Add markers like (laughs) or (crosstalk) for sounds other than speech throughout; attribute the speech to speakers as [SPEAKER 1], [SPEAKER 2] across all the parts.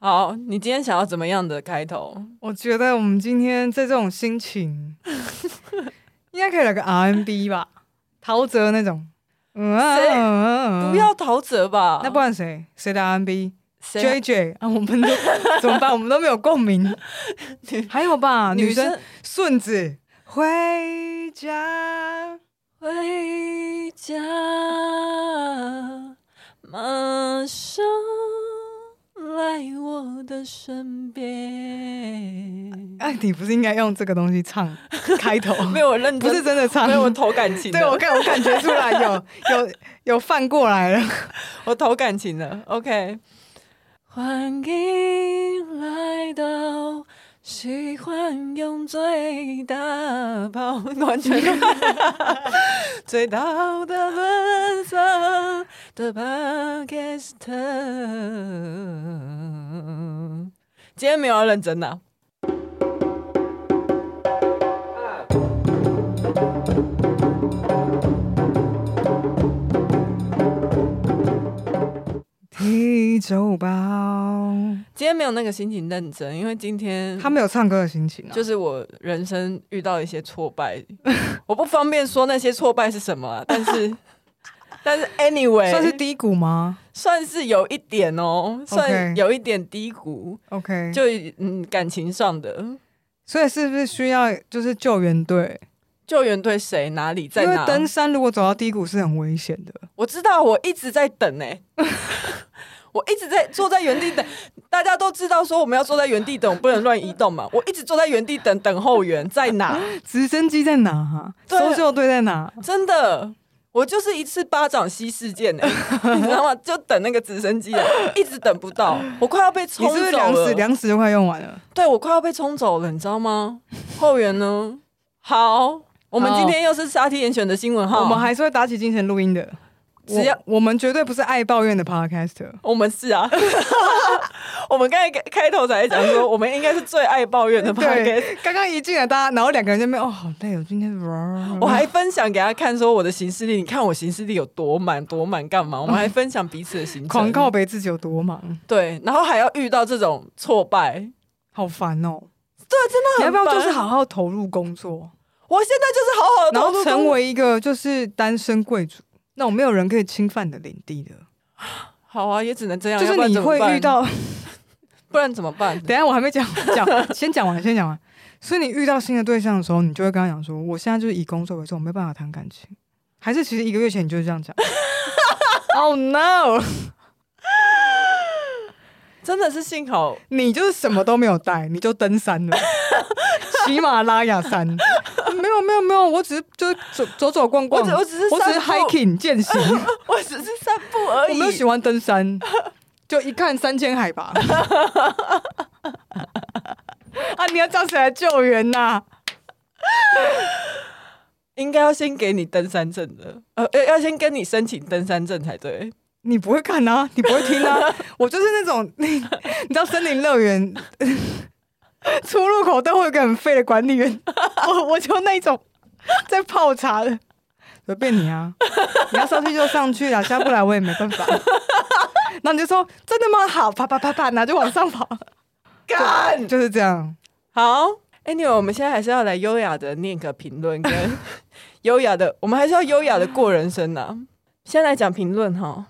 [SPEAKER 1] 好，你今天想要怎么样的开头？
[SPEAKER 2] 我觉得我们今天在这种
[SPEAKER 1] (laughs)
[SPEAKER 2] 心情，应该可以来个 RNB 吧，陶喆那种。嗯啊
[SPEAKER 1] 谁
[SPEAKER 2] 嗯啊嗯啊
[SPEAKER 1] 不要陶喆吧？
[SPEAKER 2] 那不然谁谁的 RNB？JJ
[SPEAKER 1] 谁
[SPEAKER 2] 啊，
[SPEAKER 1] (laughs)
[SPEAKER 2] 我们都怎么办？我们都没有共鸣。还有吧，女
[SPEAKER 1] 女
[SPEAKER 2] 生
[SPEAKER 1] 生
[SPEAKER 2] 顺子回家，
[SPEAKER 1] 回家，马上来我的身
[SPEAKER 2] (laughs)
[SPEAKER 1] 边。
[SPEAKER 2] 哎、你不是应该用这个东
[SPEAKER 1] (laughs)
[SPEAKER 2] 西唱开头？
[SPEAKER 1] 没有我认真，
[SPEAKER 2] 不是真的唱
[SPEAKER 1] 没。有我投感情的，
[SPEAKER 2] 对，我感我感觉出来有有有犯过来
[SPEAKER 1] (laughs)
[SPEAKER 2] 了。
[SPEAKER 1] 我投感情的。OK，欢迎来到喜欢用最大炮， (laughs) 完全最大的分散的 Podcast。今天没有要认真呐、啊。
[SPEAKER 2] 啤酒包，
[SPEAKER 1] 今天没有那个心情认真，因为今天
[SPEAKER 2] 嗯他没有唱歌的心情啊。
[SPEAKER 1] 就是我人生遇到一些挫败，我不方便说那些挫败是什么啊、
[SPEAKER 2] (laughs)
[SPEAKER 1] 但是但是 anyway
[SPEAKER 2] 算是低谷吗
[SPEAKER 1] 算是有一点哦，算
[SPEAKER 2] OK
[SPEAKER 1] 有一点低谷
[SPEAKER 2] ？OK，
[SPEAKER 1] 就嗯感情上的
[SPEAKER 2] 所以是不是需要就是救援队？
[SPEAKER 1] 救援对谁哪里在
[SPEAKER 2] 因为
[SPEAKER 1] 哪？
[SPEAKER 2] 登山如果走到低谷是很危险的。
[SPEAKER 1] 我知道，我一直在等哎、
[SPEAKER 2] (laughs)
[SPEAKER 1] 我一直在坐在原地等，大家都知道说我们要坐在原地等，我不能乱移动嘛。我一直坐在原地等，等后援在哪？
[SPEAKER 2] 直升机在哪、啊？
[SPEAKER 1] 对
[SPEAKER 2] 搜救队在哪？
[SPEAKER 1] (laughs) 真的，我就是一次巴掌吸事件呢、
[SPEAKER 2] (laughs)
[SPEAKER 1] 你知道吗？就等那个直升机啊，一直等不到，我快要被
[SPEAKER 2] 你
[SPEAKER 1] 冲
[SPEAKER 2] 是不是
[SPEAKER 1] 走
[SPEAKER 2] 粮食
[SPEAKER 1] 了。
[SPEAKER 2] 粮食都快用完了？
[SPEAKER 1] 对我快要被冲走了，你知道吗？后援呢？好，我们
[SPEAKER 2] 好
[SPEAKER 1] 今天又是沙 T 严选的新闻哈，
[SPEAKER 2] 我们还是会打起精神录音的。
[SPEAKER 1] 只要
[SPEAKER 2] 我我们绝对不是爱抱怨的 podcaster。
[SPEAKER 1] 我们是啊， (laughs) 我们刚才开开头才讲说，我们应该是最爱抱怨的 p o d c a s
[SPEAKER 2] 对，刚刚一进来，大家然后两个人在那边哦，好累哦，今天
[SPEAKER 1] (laughs) 我还分享给他看，说我的行事历，你看我行事历有多满，多满干嘛？我们还分享彼此的行程，
[SPEAKER 2] 狂告白自己有多忙，
[SPEAKER 1] 对，然后还要遇到这种挫败，
[SPEAKER 2] 好烦哦。你
[SPEAKER 1] 真的
[SPEAKER 2] 要
[SPEAKER 1] 很
[SPEAKER 2] 不要
[SPEAKER 1] 烦
[SPEAKER 2] 就是？好好投入工作，
[SPEAKER 1] 我现在就是好好的，
[SPEAKER 2] (laughs) 然后成为一个就是单身贵族，那种没有人可以侵犯的领地的？
[SPEAKER 1] 好啊，也只能这样，
[SPEAKER 2] 就是
[SPEAKER 1] 要不然
[SPEAKER 2] 你
[SPEAKER 1] 怎么
[SPEAKER 2] 会
[SPEAKER 1] 办
[SPEAKER 2] 遇，到，
[SPEAKER 1] 不然怎么办？
[SPEAKER 2] 等一下我还没讲讲，先讲完，先讲完。所以你遇到新的对象的时候，你就会跟他讲说：“我现在就是以工作为重，我没办法谈感情。”还是其实一个月前你就是这
[SPEAKER 1] (laughs)
[SPEAKER 2] 样讲？Oh no！
[SPEAKER 1] 真的是幸好
[SPEAKER 2] 你就是什么都没有带，你就登山了，喜马拉雅山。 (laughs) 没有没有没有，我只是就是走走走逛
[SPEAKER 1] 我
[SPEAKER 2] 逛，
[SPEAKER 1] 只我只是
[SPEAKER 2] 我只是
[SPEAKER 1] 散步
[SPEAKER 2] hiking 践行，
[SPEAKER 1] 我只是散步而
[SPEAKER 2] 我
[SPEAKER 1] 已
[SPEAKER 2] 没有，喜欢
[SPEAKER 1] (laughs)
[SPEAKER 2] 登山，就一看三千海拔。啊！你要叫谁来救援呐、
[SPEAKER 1] 应该要先给你登山证的，呃，要要先跟你申请登山证才对。
[SPEAKER 2] 你不会看啊，你不会听啊，我就是那种， (laughs) 你你知道森林乐园 (laughs) 出入口都会有个很废的管理
[SPEAKER 1] (laughs)
[SPEAKER 2] 员，我我就那种在泡茶的，随便你啊，你要上去就上去啊，下不来我也没
[SPEAKER 1] (laughs)
[SPEAKER 2] 办法。然后你就说真的吗？好，啪啪啪啪，那就往
[SPEAKER 1] (laughs)
[SPEAKER 2] 上跑，
[SPEAKER 1] 干
[SPEAKER 2] 就是这样。
[SPEAKER 1] 好，Anyway，我们现在还是要来优雅的念个评论，跟 (laughs) 优雅的，我们还是要优雅的过人生呐、先来讲评论哈。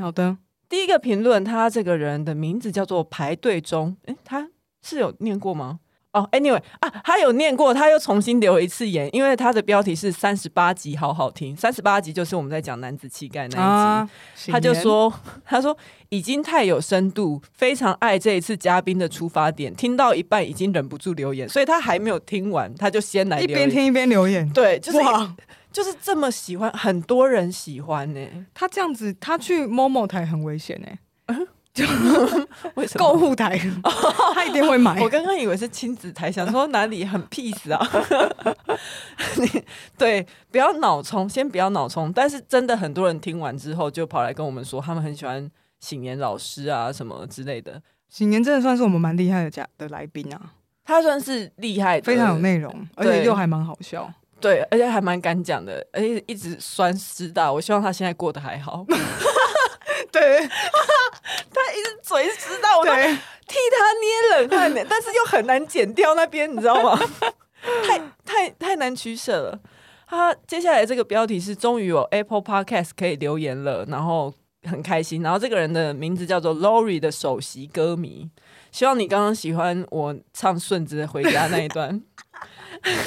[SPEAKER 2] 好的，
[SPEAKER 1] 第一个评论，他这个人的名字叫做排队中，诶，他是有念过吗？哦、a n y w a y 啊，他有念过，他又重新留一次言，因为他的标题是三十八集，好好听。三十八集就是我们在讲男子气概那一集，
[SPEAKER 2] 啊，
[SPEAKER 1] 他就
[SPEAKER 2] 行
[SPEAKER 1] 说， (laughs) 他说已经太有深度，非常爱这一次嘉宾的出发点，听到一半已经忍不住留言，所以他还没有听完，他就先来
[SPEAKER 2] 一
[SPEAKER 1] 留
[SPEAKER 2] 边
[SPEAKER 1] 言。
[SPEAKER 2] 听一边留言，
[SPEAKER 1] 对，就是
[SPEAKER 2] 哇，
[SPEAKER 1] 就是这么喜欢，很多人喜欢呢、
[SPEAKER 2] 他这样子，他去某某台很危险
[SPEAKER 1] 欸
[SPEAKER 2] 哎、
[SPEAKER 1] 为什么？
[SPEAKER 2] 购物台， (laughs) 他一定会买。
[SPEAKER 1] (laughs) 我刚刚以为是亲子台，想说哪里很 peace 啊？ (laughs) 你对，不要脑冲，先不要脑冲。但是真的很多人听完之后，就跑来跟我们说，他们很喜欢醒言老师啊什么之类的。
[SPEAKER 2] 景言真的算是我们蛮厉害的家的来宾啊，
[SPEAKER 1] 他算是厉害的，
[SPEAKER 2] 非常有内容，而且又还蛮好笑。
[SPEAKER 1] 对，而且还蛮敢讲的，而且一直酸师大。我希望他现在过得还好。
[SPEAKER 2] 对
[SPEAKER 1] 嘴师大，我都
[SPEAKER 2] 对，
[SPEAKER 1] 替他捏冷汗呢，但是又很难剪掉那边，你知道吗？ (laughs) 太太太难取舍了。他接下来这个标题是终于有 Apple Podcast 可以留言了，然后很开心。然后这个人的名字叫做 Lori 的首席歌迷，希望你刚刚喜欢我唱顺子回家那一段。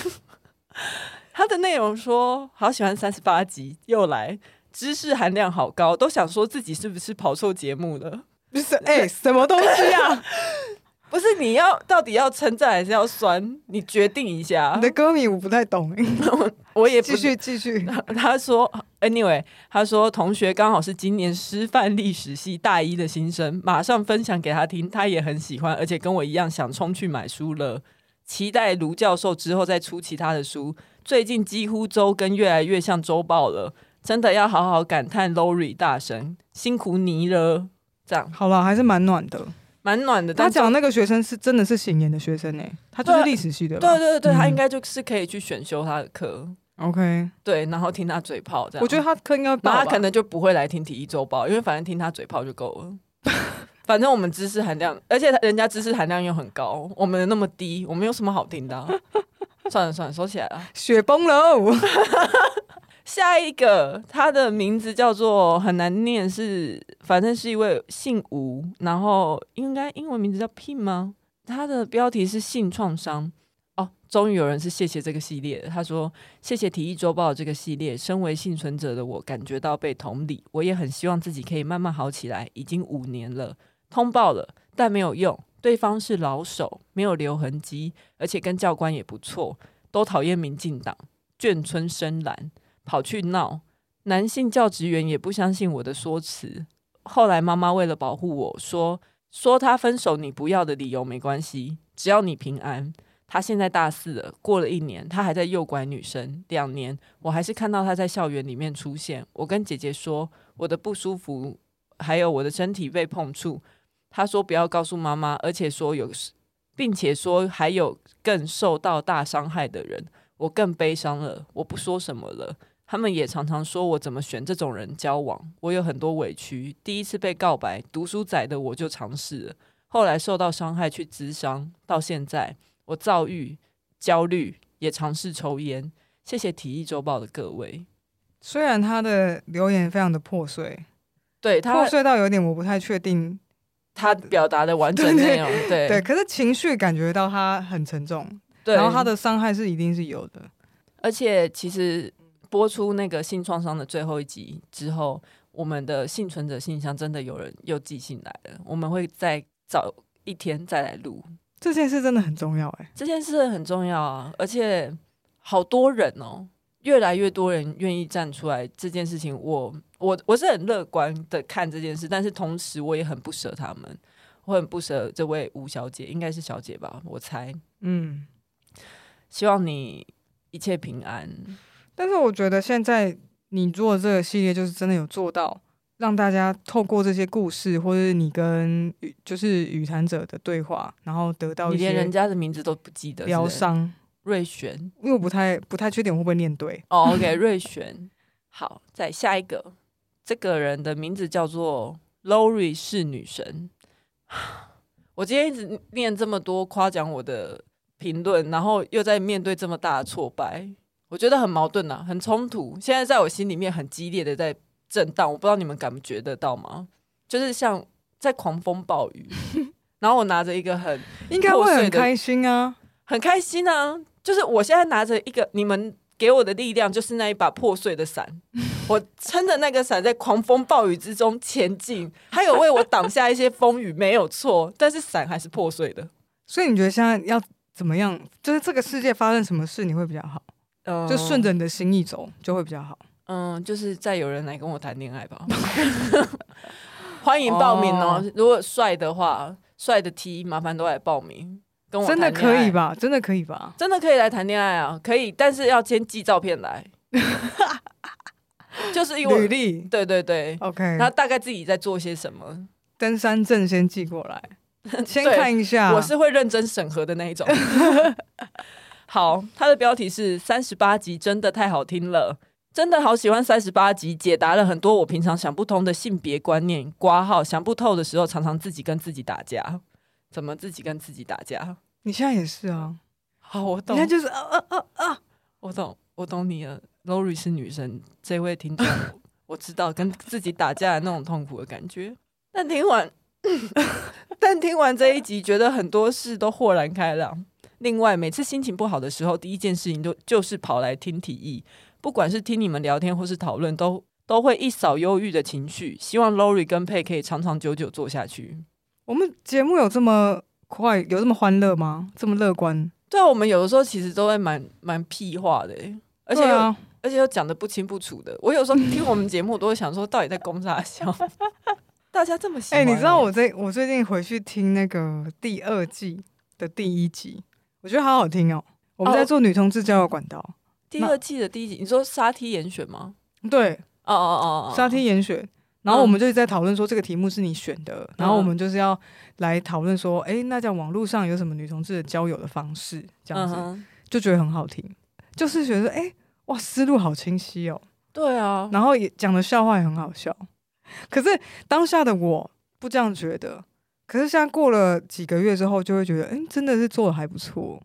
[SPEAKER 1] (laughs) 他的内容说好喜欢三十八集又来，知识含量好高，都想说自己是不是跑错节目了。
[SPEAKER 2] 就是哎、什么东西
[SPEAKER 1] (laughs)
[SPEAKER 2] 啊？
[SPEAKER 1] 不是你要到底要称赞还是要酸？你决定一下
[SPEAKER 2] 你。的歌迷我不太懂，哎
[SPEAKER 1] 我也不
[SPEAKER 2] 继续继续。
[SPEAKER 1] 他说，anyway，他说同学刚好是今年师范历史系大一的新生，马上分享给他听，他也很喜欢，而且跟我一样想冲去买书了。期待卢教授之后再出其他的书。最近几乎周更越来越像周报了，真的要好好感叹 Lori 大神，辛苦你了。这样
[SPEAKER 2] 好了，还是蛮暖的。
[SPEAKER 1] 蛮暖的，
[SPEAKER 2] 他
[SPEAKER 1] 但
[SPEAKER 2] 讲的那个学生是真的是行言的学生哎、他就是历史系的吧。
[SPEAKER 1] 对对对，
[SPEAKER 2] 嗯
[SPEAKER 1] 他应该就是可以去选修他的课，
[SPEAKER 2] OK，
[SPEAKER 1] 对，然后听他嘴炮这样。
[SPEAKER 2] 我觉得他课应该
[SPEAKER 1] 那
[SPEAKER 2] 报
[SPEAKER 1] 他
[SPEAKER 2] 吧
[SPEAKER 1] 可能就不会来听体育周报，因为反正听他嘴炮就够了。反正我们知识含量，而且人家知识含量又很高，我们的那么低，我们有什么好听的啊、 (laughs) 算了算了，收起来了。
[SPEAKER 2] 雪崩了 (laughs) 哦，
[SPEAKER 1] 下一个，他的名字叫做很难念，是反正是一位姓吴，然后应该英文名字叫 Pin 吗？他的标题是性创伤。哦，终于有人是谢谢这个系列的。他说：“谢谢《体育周报》这个系列，身为幸存者的我感觉到被同理，我也很希望自己可以慢慢好起来。已经五年了，通报了，但没有用。对方是老手，没有留痕迹，而且跟教官也不错，都讨厌民进党，眷村深蓝。”跑去闹，男性教职员也不相信我的说辞。后来妈妈为了保护我说，说他分手你不要的理由没关系，只要你平安。他现在大四了，过了一年，他还在诱拐女生。两年，我还是看到他在校园里面出现。我跟姐姐说我的不舒服，还有我的身体被碰触。他说不要告诉妈妈，而且说有，并且说还有更受到大伤害的人。我更悲伤了，我不说什么了。他们也常常说我怎么选这种人交往，我有很多委屈。第一次被告白，读书仔的我就尝试了，后来受到伤害去咨商，到现在我躁郁、焦虑，也尝试抽烟。谢谢《体育周报》的各位，
[SPEAKER 2] 虽然他的留言非常的破碎，
[SPEAKER 1] 对他
[SPEAKER 2] 破碎到有点我不太确定，
[SPEAKER 1] 他表达的完整内容，对
[SPEAKER 2] 对，可是情绪感觉到他很沉重，
[SPEAKER 1] 对
[SPEAKER 2] 然后他的伤害是一定是有的。
[SPEAKER 1] 而且其实播出那个性创伤的最后一集之后，我们的幸存者信箱真的有人又寄信来了，我们会再找一天再来录。
[SPEAKER 2] 这件事真的很重要哎、
[SPEAKER 1] 这件事很重要啊，而且好多人哦，越来越多人愿意站出来这件事情我。我我是很乐观的看这件事，但是同时我也很不舍他们，我很不舍这位吴小姐，应该是小姐吧，我猜。
[SPEAKER 2] 嗯，
[SPEAKER 1] 希望你一切平安。
[SPEAKER 2] 但是我觉得现在你做这个系列，就是真的有做到让大家透过这些故事，或者是你跟与就是语谈者的对话，然后得到
[SPEAKER 1] 你
[SPEAKER 2] 一
[SPEAKER 1] 连人
[SPEAKER 2] 些
[SPEAKER 1] 家的名字都不记得，
[SPEAKER 2] 疗
[SPEAKER 1] 是不是
[SPEAKER 2] 伤。
[SPEAKER 1] 瑞璇。
[SPEAKER 2] 因为我不太不太确定我会不会念对，
[SPEAKER 1] (laughs) 哦，OK，瑞璇。好，再下一个，这个人的名字叫做 Lori 是女神。 (sighs) 我今天一直念这么多夸奖我的评论，然后又在面对这么大的挫败，我觉得很矛盾啊，很冲突。现在在我心里面很激烈的在震荡，我不知道你们感觉得到吗？就是像在狂风暴 (laughs) 雨，然后我拿着一个很
[SPEAKER 2] 应该
[SPEAKER 1] 破
[SPEAKER 2] 会
[SPEAKER 1] 碎
[SPEAKER 2] 很
[SPEAKER 1] 的
[SPEAKER 2] 开心啊。
[SPEAKER 1] 很开心啊！就是我现在拿着一个你们给我的力量，就是那一把破碎的
[SPEAKER 2] (laughs)
[SPEAKER 1] 伞，我撑着那个伞在狂风暴雨之中前进，还有为我挡下一些风雨，没有错，但是伞还是破碎的。
[SPEAKER 2] 所以你觉得现在要怎么样？就是这个世界发生什么事你会比较好，
[SPEAKER 1] 嗯
[SPEAKER 2] 就顺，着你的心意走就会比较好。
[SPEAKER 1] 嗯，就是再有人来跟我谈恋爱 (laughs) 吧。哦欢迎报名哦！如果帅的话，帅的 T 麻烦都来报名，跟我
[SPEAKER 2] 真的
[SPEAKER 1] 谈恋爱
[SPEAKER 2] 可以？吧？真的可以吧？
[SPEAKER 1] 真的可以来谈恋爱啊，可以，但是要先寄照片
[SPEAKER 2] (laughs)
[SPEAKER 1] 来，就是因为
[SPEAKER 2] 履历
[SPEAKER 1] 对对对，
[SPEAKER 2] OK，
[SPEAKER 1] 他大概自己在做些什么，
[SPEAKER 2] 登山证先寄过
[SPEAKER 1] (laughs)
[SPEAKER 2] 来，先
[SPEAKER 1] 对
[SPEAKER 2] 看一下。
[SPEAKER 1] 我是会认真审核的那一种。好，他的标题是三十八集，真的太好听了。真的好喜欢三十八集，解答了很多我平常想不通的性别观念。挂号想不透的时候，常常自己跟自己打架。怎么自己跟自己打架。
[SPEAKER 2] 你现在也是啊，
[SPEAKER 1] 好，我懂
[SPEAKER 2] 人家，就是啊啊啊啊，
[SPEAKER 1] 我懂，我懂你了。Lori 是女生，这位听众我， (laughs) 我知道跟自己打架的那种痛苦的感觉。但听完， (laughs) 但听完这一集，觉得很多事都豁然开朗。另外，每次心情不好的时候，第一件事情都就是跑来听提议，不管是听你们聊天或是讨论，都都会一扫忧郁的情绪。希望 Lori 跟佩可以长长久久做下去。
[SPEAKER 2] 我们节目有这么快，有这么欢乐吗？这么乐观？
[SPEAKER 1] 对啊，我们有的时候其实都会蛮蛮屁话的欸，而且
[SPEAKER 2] 对
[SPEAKER 1] 又
[SPEAKER 2] 啊，
[SPEAKER 1] 而且又讲的不清不楚的。我有时
[SPEAKER 2] (laughs)
[SPEAKER 1] 候听我们节目，我都会想说，到底在攻啥笑？大家这么喜
[SPEAKER 2] 哎、
[SPEAKER 1] 欢、
[SPEAKER 2] 你知道我最我最近回去听那个第二季的第一集，我觉得好好听哦。我们在做女同志交友管道，
[SPEAKER 1] 第二季的第一集，你说沙梯严选吗？
[SPEAKER 2] 对，
[SPEAKER 1] 哦哦哦哦，
[SPEAKER 2] 沙梯严选。然后我
[SPEAKER 1] 嗯
[SPEAKER 2] 们就一直在讨论说这个题目是你选的，然后我们就是要来讨论说，哎、那在网络上有什么女同志的交友的方式，这
[SPEAKER 1] 嗯
[SPEAKER 2] 样子、
[SPEAKER 1] 哼，
[SPEAKER 2] 就觉得很好听，就是觉得哎、诶哇思路好清晰哦，
[SPEAKER 1] 对啊，
[SPEAKER 2] 然后也讲的笑话也很好笑。可是当下的我不这样觉得，可是现在过了几个月之后，就会觉得，嗯，真的是做的还不错。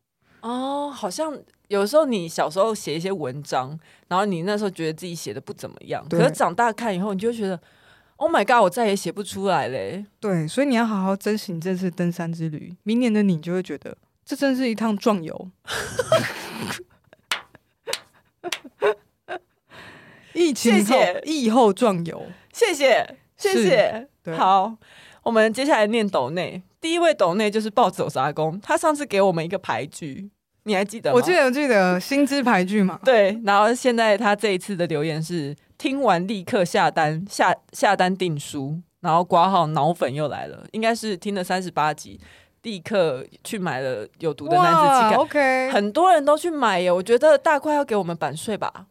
[SPEAKER 1] 哦，好像有时候你小时候写一些文章，然后你那时候觉得自己写的不怎么样，
[SPEAKER 2] 对
[SPEAKER 1] 可是长大看以后，你就会觉得，Oh my god，我再也写不出来嘞。
[SPEAKER 2] 对，所以你要好好珍惜你这次登山之旅。明年的你就会觉得，这真是一趟壮游。疫情后
[SPEAKER 1] 谢谢
[SPEAKER 2] 疫后壮游，
[SPEAKER 1] 谢谢，谢谢
[SPEAKER 2] 对。
[SPEAKER 1] 好，我们接下来念斗内。第一位斗内就是暴走杂工，他上次给我们一个牌局，你还记得吗？
[SPEAKER 2] 我记得我记得薪资牌剧嘛，
[SPEAKER 1] 对，然后现在他这一次的留言是：听完立刻下单，下下单订书，然后挂号脑粉又来了，应该是听了三十八集，立刻去买了有毒的男子气概。
[SPEAKER 2] ，OK，
[SPEAKER 1] 很多人都去买耶，我觉得大块要给我们版税
[SPEAKER 2] (laughs)
[SPEAKER 1] 吧，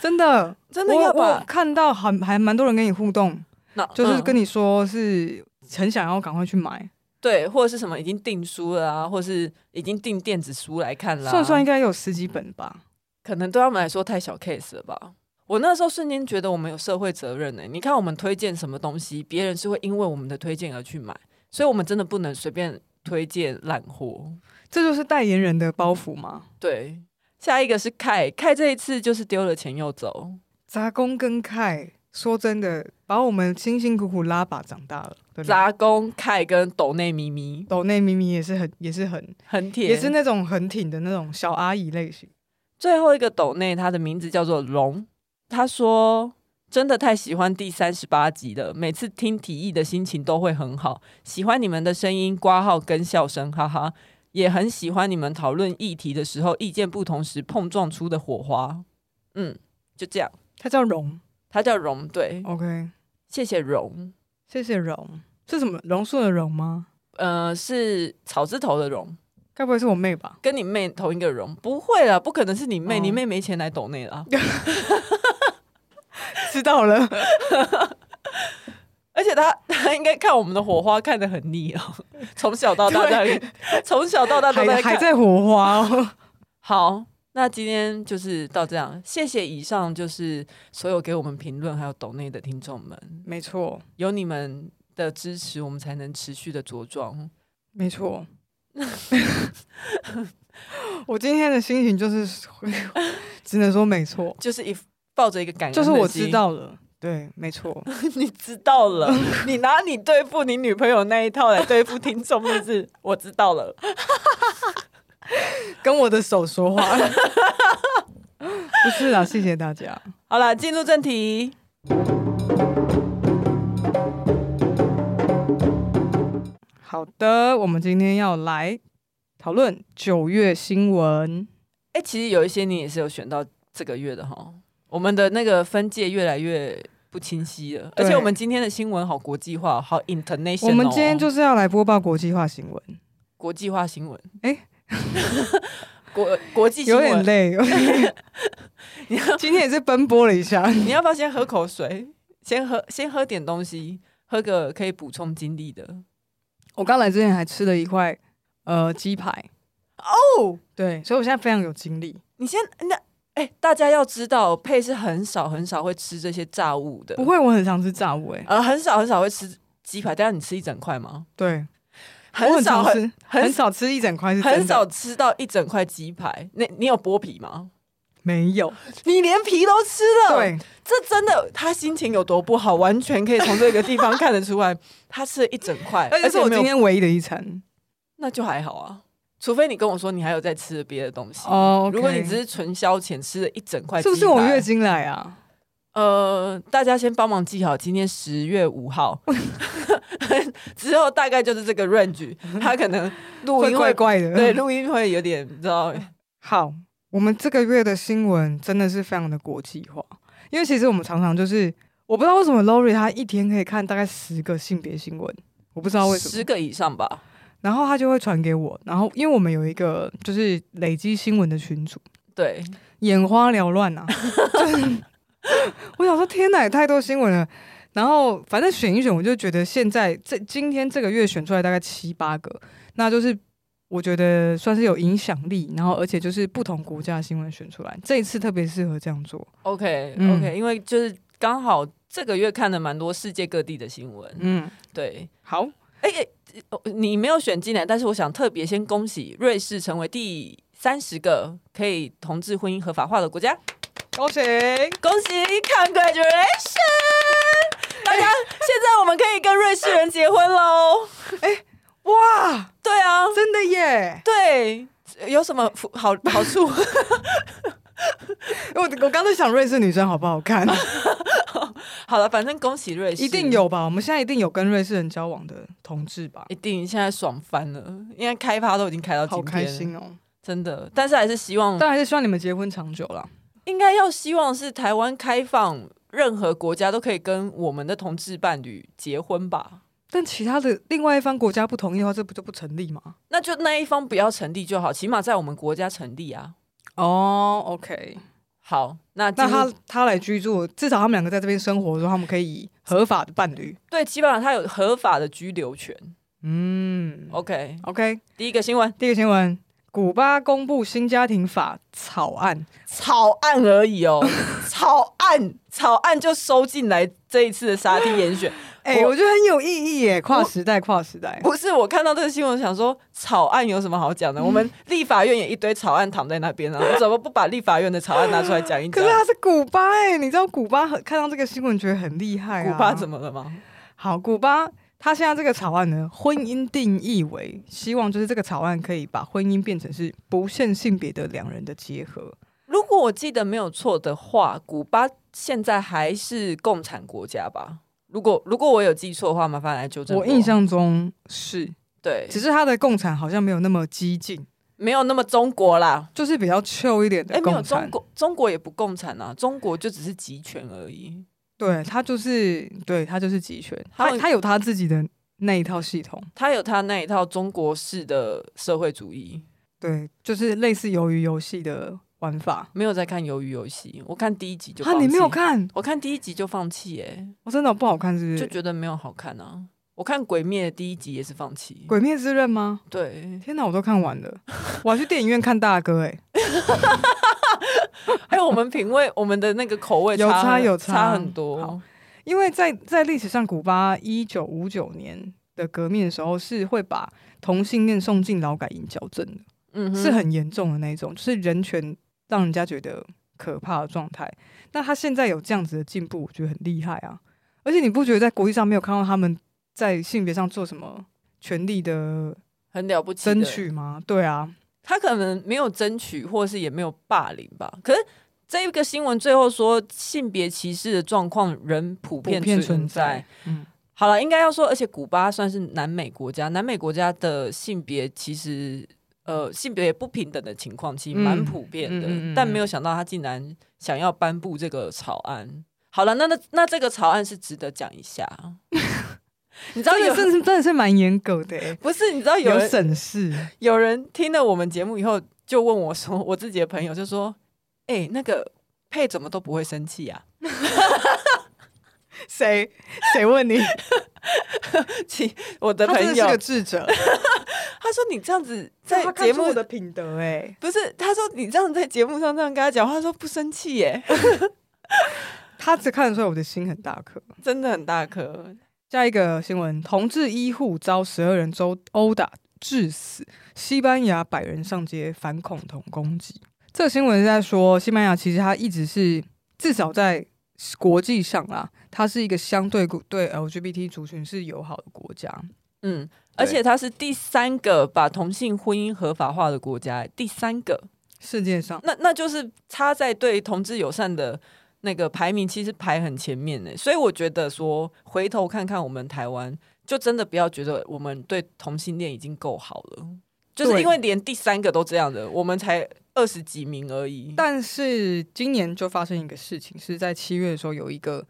[SPEAKER 2] 真的
[SPEAKER 1] 真的
[SPEAKER 2] 我
[SPEAKER 1] 要
[SPEAKER 2] 我
[SPEAKER 1] 吧？
[SPEAKER 2] 看到还还蛮多人跟你互动，
[SPEAKER 1] 那
[SPEAKER 2] 就是
[SPEAKER 1] 嗯
[SPEAKER 2] 跟你说是很想要赶快去买，
[SPEAKER 1] 对，或者是什么已经订书了啊，或是已经订电子书来看了、
[SPEAKER 2] 算算应，该有十几本吧。
[SPEAKER 1] 可能对他们来说太小 case 了吧。我那时候瞬间觉得我们有社会责任呢、欸你看我们推荐什么东西，别人是会因为我们的推荐而去买，所以我们真的不能随便推荐烂货。
[SPEAKER 2] 这就是代言人的包袱嘛。
[SPEAKER 1] 对，下一个是凯，凯这一次就是丢了钱又走。
[SPEAKER 2] 杂工跟凯，说真的，把我们辛辛苦苦拉拔长大了，对吧？
[SPEAKER 1] 杂工凯跟斗内咪咪
[SPEAKER 2] 抖内明明也是很，也是很，
[SPEAKER 1] 很铁，
[SPEAKER 2] 也是那种很挺的那种小阿姨类型。
[SPEAKER 1] 最后一个斗内，他的名字叫做龙，他说。真的太喜欢第三十八集了，每次听提议的心情都会很好，喜欢你们的声音、挂号跟笑声，哈哈，也很喜欢你们讨论议题的时候意见不同时碰撞出的火花。嗯，就这样，
[SPEAKER 2] 她叫荣
[SPEAKER 1] 他叫荣，对，
[SPEAKER 2] ，OK，
[SPEAKER 1] 谢谢荣，
[SPEAKER 2] 谢谢荣，是什么榕树的榕吗？
[SPEAKER 1] 呃，是草字头的荣，
[SPEAKER 2] 该不会是我妹吧？ (laughs)
[SPEAKER 1] 跟你妹同一个荣，不会啦，不可能是你妹，
[SPEAKER 2] 哦
[SPEAKER 1] 你妹没钱来斗内啦。
[SPEAKER 2] 知道了，
[SPEAKER 1] 而且他 (laughs) 他应该看我们的火花看得很腻哦， (laughs) 从小到大在， (laughs) 从小到大都
[SPEAKER 2] 还
[SPEAKER 1] 在
[SPEAKER 2] 还
[SPEAKER 1] 看。
[SPEAKER 2] 在火花哦。
[SPEAKER 1] 好，那今天就是到这样，谢谢以上就是所有给我们评论还有抖内的听众们，
[SPEAKER 2] (laughs) 没错，
[SPEAKER 1] 有你们的支持，我们才能持续的茁壮。
[SPEAKER 2] 没错。 (laughs) 我今天的心情就是， (laughs) 只能说没错，
[SPEAKER 1] 就是一抱着一个感恩，
[SPEAKER 2] 就是我知，道了，对，没错。
[SPEAKER 1] (laughs) 你知道了，你拿你对付你女朋友那一套来对付听众， (laughs) 是不是？我知道了。
[SPEAKER 2] 跟我的手说话。 (laughs) 不是啦，谢谢大家。
[SPEAKER 1] 好了，进入正题。
[SPEAKER 2] 好的，我们今天要来讨论九月新闻。
[SPEAKER 1] 哎、其实有一些你也是有选到这个月的哈。我们的那个分界越来越不清晰了，而
[SPEAKER 2] 对
[SPEAKER 1] 且我们今天的新闻好国际化，好 international 哦。
[SPEAKER 2] 我们今天就是要来播报国际化新闻，
[SPEAKER 1] 国际化新闻，
[SPEAKER 2] 诶
[SPEAKER 1] 国国际新
[SPEAKER 2] 哎 (laughs) 有点
[SPEAKER 1] 闻。
[SPEAKER 2] 累。 (laughs) 今天也是奔波了一下，
[SPEAKER 1] 你要不要先喝口水？先喝先喝点东西，喝个可以补充精力的。
[SPEAKER 2] 我刚来之前还吃了一块呃鸡排哦，对，所以我现在非常有精力。
[SPEAKER 1] 你先那哎、大家要知道，佩是很少很少会吃这些炸物的，
[SPEAKER 2] 不会，我很常吃炸物诶、欸
[SPEAKER 1] 呃，很少很少会吃鸡排。但是你吃一整块吗？
[SPEAKER 2] 对，我
[SPEAKER 1] 很少
[SPEAKER 2] 常吃
[SPEAKER 1] 很
[SPEAKER 2] 很
[SPEAKER 1] 很
[SPEAKER 2] 少吃一整块是真的
[SPEAKER 1] 很少吃到一整块鸡排。那你有剥皮吗？
[SPEAKER 2] 没有，
[SPEAKER 1] 你连皮都吃了，
[SPEAKER 2] 对，
[SPEAKER 1] 这真的他心情有多不好，完全可以从这个地方看得出来。他吃了一整
[SPEAKER 2] (laughs)
[SPEAKER 1] 块，
[SPEAKER 2] 而且是我
[SPEAKER 1] 没
[SPEAKER 2] 今
[SPEAKER 1] 有，
[SPEAKER 2] 天唯一的一餐
[SPEAKER 1] 那就还好啊。除非你跟我说你还有在吃别的东西。
[SPEAKER 2] 哦
[SPEAKER 1] 如果你只是纯消遣吃了一整块，
[SPEAKER 2] 是不是我月？经来啊？
[SPEAKER 1] 呃，大家先帮忙记好，今天十月五号， (laughs) 之后大概就是这个 range，他可
[SPEAKER 2] (laughs)
[SPEAKER 1] 能录
[SPEAKER 2] 会
[SPEAKER 1] 音
[SPEAKER 2] 怪
[SPEAKER 1] 会
[SPEAKER 2] 怪的。
[SPEAKER 1] 对，录音会有点，你知道，
[SPEAKER 2] (laughs) 好，我们这个月的新闻真的是非常的国际化，因为其实我们常常就是，我不知道为什么 Lori 她一天可以看大概十个性别新闻，我不知道为什么，
[SPEAKER 1] 十个以上吧。
[SPEAKER 2] 然后她就会传给我，然后因为我们有一个就是累积新闻的群组，
[SPEAKER 1] 对，
[SPEAKER 2] 眼花缭乱啊，就是我想说天哪，也太多新闻了。然后反正选一选，我就觉得现在这今天这个月选出来大概七八个，那就是我觉得算是有影响力，然后而且就是不同国家的新闻选出来，这一次特别适合这样做。
[SPEAKER 1] OK
[SPEAKER 2] 嗯
[SPEAKER 1] OK，、因为就是刚好这个月看了蛮多世界各地的新闻，
[SPEAKER 2] 嗯，
[SPEAKER 1] 对，
[SPEAKER 2] 好，
[SPEAKER 1] 哎、哎哦你没有选进来，但是我想特别先恭喜瑞士成为第三十个可以同志婚姻合法化的国家，
[SPEAKER 2] 高行，
[SPEAKER 1] 恭喜，Congratulations！大家现在我们可以跟瑞士人结婚喽，
[SPEAKER 2] 哇，
[SPEAKER 1] 对啊，
[SPEAKER 2] 真的耶！
[SPEAKER 1] 对。有什么福好好处？ (laughs)
[SPEAKER 2] 我我刚才想瑞士女生好不好看，
[SPEAKER 1] 好了，反正恭喜瑞士，
[SPEAKER 2] 一定有吧？我们现在一定有跟瑞士人交往的同志吧？
[SPEAKER 1] 一定现在爽翻了，因为开趴都已经开到今
[SPEAKER 2] 好
[SPEAKER 1] 天嗯了，
[SPEAKER 2] 开心哦！
[SPEAKER 1] 真的。但是还是希望
[SPEAKER 2] 但还是希望你们结婚长久啦。
[SPEAKER 1] 应该要希望是台湾开放，任何国家都可以跟我们的同志伴侣结婚吧？
[SPEAKER 2] 但其他的另外一方国家不同意的话，这不就不成立吗？
[SPEAKER 1] 那就那一方不要成立就好，起码在我们国家成立啊。
[SPEAKER 2] 哦、o k
[SPEAKER 1] 好，那进
[SPEAKER 2] 那
[SPEAKER 1] 入
[SPEAKER 2] 他他来居住，至少他们两个在这边生活的时候，他们可以以合法的伴侣。
[SPEAKER 1] 对，基本上他有合法的居留权。
[SPEAKER 2] 嗯
[SPEAKER 1] OK，
[SPEAKER 2] ，OK。
[SPEAKER 1] 第一个新闻，
[SPEAKER 2] 第一个新闻，古巴公布新家庭法草案，
[SPEAKER 1] 草案而已哦，草案，草案就收进来这一次的沙地严选。
[SPEAKER 2] 哎、
[SPEAKER 1] 我
[SPEAKER 2] 我觉得很有意义耶，跨时代，跨时代。
[SPEAKER 1] (laughs) 不是，我看到这个新闻，想说草案有什么好讲的？我们立法院也一堆草案躺在那 (laughs) 边啊，怎么不把立法院的草案拿出来讲一
[SPEAKER 2] 可
[SPEAKER 1] 讲
[SPEAKER 2] 是？他是古巴哎、你知道古巴很看到这个新闻觉得很厉害、啊。
[SPEAKER 1] 古巴怎
[SPEAKER 2] 么
[SPEAKER 1] 么了吗？
[SPEAKER 2] 好？古巴他现在这个草案呢，婚姻定义为希望就是这个草案可以把婚姻变成是不限性别的两人的结合。
[SPEAKER 1] 如果我记得没有错的话，古巴现在还是共产国家吧？如果如果我有记错的话，哦麻烦来纠正
[SPEAKER 2] 我印象中是，
[SPEAKER 1] 对，
[SPEAKER 2] 只是他的共产好像没有那么激进，
[SPEAKER 1] 没有那么中国啦。
[SPEAKER 2] 就是比较 chill 一点
[SPEAKER 1] 哎，
[SPEAKER 2] 的
[SPEAKER 1] 没有
[SPEAKER 2] 共
[SPEAKER 1] 中
[SPEAKER 2] 产。
[SPEAKER 1] 国，中国也不共产啊，中国就只是集权而已。
[SPEAKER 2] 对他就是，对他就是集权，
[SPEAKER 1] 他
[SPEAKER 2] 他他有他自己的那一套系统，
[SPEAKER 1] 他有他那一套中国式的社会主义，
[SPEAKER 2] 对，就是类似鱿鱼游戏的玩法。
[SPEAKER 1] 没有在看《鱿鱼游戏》，我看第一集就
[SPEAKER 2] 啊，
[SPEAKER 1] 放弃。
[SPEAKER 2] 你没有？看？
[SPEAKER 1] 我看第一集就放弃、欸，
[SPEAKER 2] 我真的不好看，是不？
[SPEAKER 1] 就是觉得没有好看啊。我看《鬼灭》第一集也是放弃，
[SPEAKER 2] 《鬼灭之刃》吗？
[SPEAKER 1] 对，
[SPEAKER 2] 天哪，我都看完
[SPEAKER 1] (laughs)
[SPEAKER 2] 了，我还去电影院看大哥、欸，
[SPEAKER 1] 还有我们品味，我们的那个口味
[SPEAKER 2] 有差
[SPEAKER 1] 很
[SPEAKER 2] 有差
[SPEAKER 1] 差很多
[SPEAKER 2] 好。因为在在历史上，古巴一九五九年的革命的时候是会把同性恋送进劳改营矫正的。
[SPEAKER 1] 嗯哼
[SPEAKER 2] 是很严重的那一种，就是人权让人家觉得可怕的状态。那他现在有这样子的进步，我觉得很厉害啊！而且你不觉得在国际上没有看到他们在性别上做什么权利的
[SPEAKER 1] 很了不起，
[SPEAKER 2] 争。取吗？对啊，
[SPEAKER 1] 他可能没有争取，或是也没有霸凌吧。可是这个新闻最后说，性别歧视的状况仍普
[SPEAKER 2] 普
[SPEAKER 1] 遍
[SPEAKER 2] 遍
[SPEAKER 1] 存
[SPEAKER 2] 存在。嗯，
[SPEAKER 1] 好了，应该要说，而且古巴算是南美国家，南美国家的性别其实呃性别不平等的情况其实蛮
[SPEAKER 2] 嗯
[SPEAKER 1] 普遍的，
[SPEAKER 2] 嗯嗯嗯
[SPEAKER 1] 但没有想到他竟然想要颁布这个草案。好了，那那那这个草案是值得讲一
[SPEAKER 2] (laughs)
[SPEAKER 1] 下，你知道
[SPEAKER 2] 真
[SPEAKER 1] 有
[SPEAKER 2] 的是真的是蛮严格的、欸，
[SPEAKER 1] 不是？你知道 (laughs) 有
[SPEAKER 2] 有
[SPEAKER 1] 人
[SPEAKER 2] 审视。
[SPEAKER 1] 有人听了我们节目以后就问我说，我自己的朋友就说，哎、那个佩怎么都不会生气啊？ (laughs)
[SPEAKER 2] 谁谁问你？
[SPEAKER 1] 其我的
[SPEAKER 2] (laughs) 他
[SPEAKER 1] 朋
[SPEAKER 2] 真的是
[SPEAKER 1] 友
[SPEAKER 2] 个智者，
[SPEAKER 1] 他说你这样子
[SPEAKER 2] 在
[SPEAKER 1] 在节
[SPEAKER 2] 节
[SPEAKER 1] 目
[SPEAKER 2] 目的品德、欸，
[SPEAKER 1] 不是，他说你这样在节目上这样跟他讲话，他说不生气耶， (laughs)
[SPEAKER 2] 他只看得出来我的心很大颗。
[SPEAKER 1] 真的很大颗。
[SPEAKER 2] 下一个新闻：同志医护遭十二人周殴打致死，西班牙百人上街反恐同攻击。这个新闻是在说，西班牙其实它一直是至少在国际上啦，它是一个相对对 LGBT 族群是友好的国家。
[SPEAKER 1] 嗯，而且它是第三个把同性婚姻合法化的国家，第三个，
[SPEAKER 2] 世界上
[SPEAKER 1] 那那就是它在对同志友善的那个排名其实排很前面呢。所以我觉得说，回头看看我们台湾，就真的不要觉得我们对同性恋已经够好了，就是
[SPEAKER 2] 对
[SPEAKER 1] 因为连第三个都这样的，我们才二十几名而已。
[SPEAKER 2] 但是今年就发生一个事情，是在七月的时候，有一个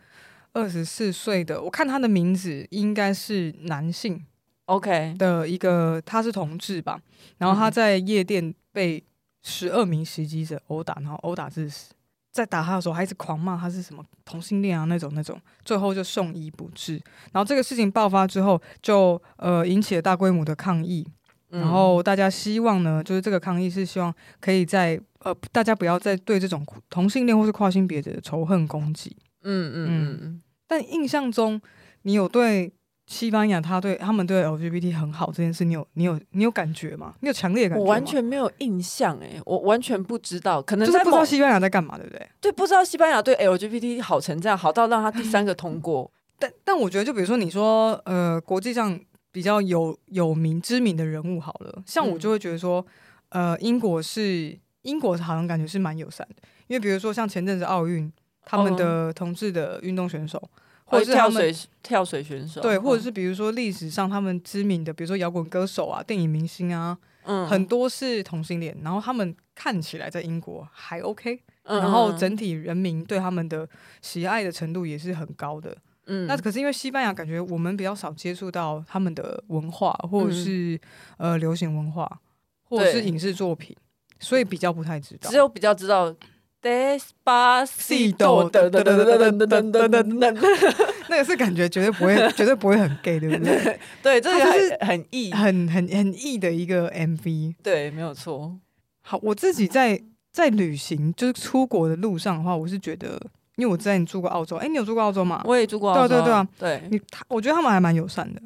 [SPEAKER 2] 二十四岁的，我看他的名字应该是男性
[SPEAKER 1] OK，
[SPEAKER 2] 的一个，他是同志吧，然后他
[SPEAKER 1] 嗯
[SPEAKER 2] 在夜店被十二名袭击者殴打，然后殴打致死。在打他的时候，还一直狂骂他是什么同性恋啊那种那种，最后就送医不治。然后这个事情爆发之后，就呃引起了大规模的抗议，
[SPEAKER 1] 嗯
[SPEAKER 2] 然后大家希望呢，就是这个抗议是希望可以在呃，大家不要再对这种同性恋或是跨性别者的仇恨攻击。
[SPEAKER 1] 嗯嗯嗯，
[SPEAKER 2] 但印象中，你有对西班牙他对他们对 LGBT 很好这件事，你有你有你有感觉吗？你有强烈的感觉
[SPEAKER 1] 我
[SPEAKER 2] 吗
[SPEAKER 1] 完全没有印象哎、我完全不知道，可能
[SPEAKER 2] 就是
[SPEAKER 1] 在
[SPEAKER 2] 不知道
[SPEAKER 1] 某
[SPEAKER 2] 西班牙在干嘛，对不对？
[SPEAKER 1] 对不知道西班牙对 LGBT 好成这样，好到让他第三个通
[SPEAKER 2] (laughs)
[SPEAKER 1] 过。
[SPEAKER 2] 但但我觉得，就比如说你说呃，国际上比较有有名知名的人物好了，像
[SPEAKER 1] 嗯
[SPEAKER 2] 我就会觉得说，呃，英国是英国好像感觉是蛮友善的，因为比如说像前阵子奥运，他们的同志的运动选手，或者是他
[SPEAKER 1] 哦跳
[SPEAKER 2] 们
[SPEAKER 1] 水跳水选手，
[SPEAKER 2] 对，或
[SPEAKER 1] 嗯
[SPEAKER 2] 者是比如说历史上他们知名的，比如说摇滚歌手啊、电影明星啊，
[SPEAKER 1] 嗯
[SPEAKER 2] 很多是同性恋，然后他们看起来在英国还 OK，然
[SPEAKER 1] 嗯
[SPEAKER 2] 后整体人民对他们的喜爱的程度也是很高的。
[SPEAKER 1] 嗯
[SPEAKER 2] 那可是因为西班牙感觉我们比较少接触到他们的文化，或者是、
[SPEAKER 1] 嗯
[SPEAKER 2] 呃流行文化，或者是
[SPEAKER 1] 对
[SPEAKER 2] 影视作品，所以比较不太知道。
[SPEAKER 1] 只有比较知道 despacito 噔噔噔噔噔噔
[SPEAKER 2] 噔噔噔噔噔噔噔
[SPEAKER 1] 噔
[SPEAKER 2] 噔
[SPEAKER 1] 噔噔，
[SPEAKER 2] 那个是感觉绝对
[SPEAKER 1] (laughs)
[SPEAKER 2] 不会，绝对不会很 gay，对不对？
[SPEAKER 1] 对，这个
[SPEAKER 2] 它就是
[SPEAKER 1] 很很易，
[SPEAKER 2] 很很很 E 的一个 MV。
[SPEAKER 1] 对，没有错，
[SPEAKER 2] 好，我自己在在旅行，就是出国的路上的话，我是觉得，因为我之前住过澳洲，哎、你有住过澳洲吗？
[SPEAKER 1] 我也住过
[SPEAKER 2] 对啊
[SPEAKER 1] 澳洲，
[SPEAKER 2] 对啊
[SPEAKER 1] 对。
[SPEAKER 2] 你他，我觉得他们还蛮友善的。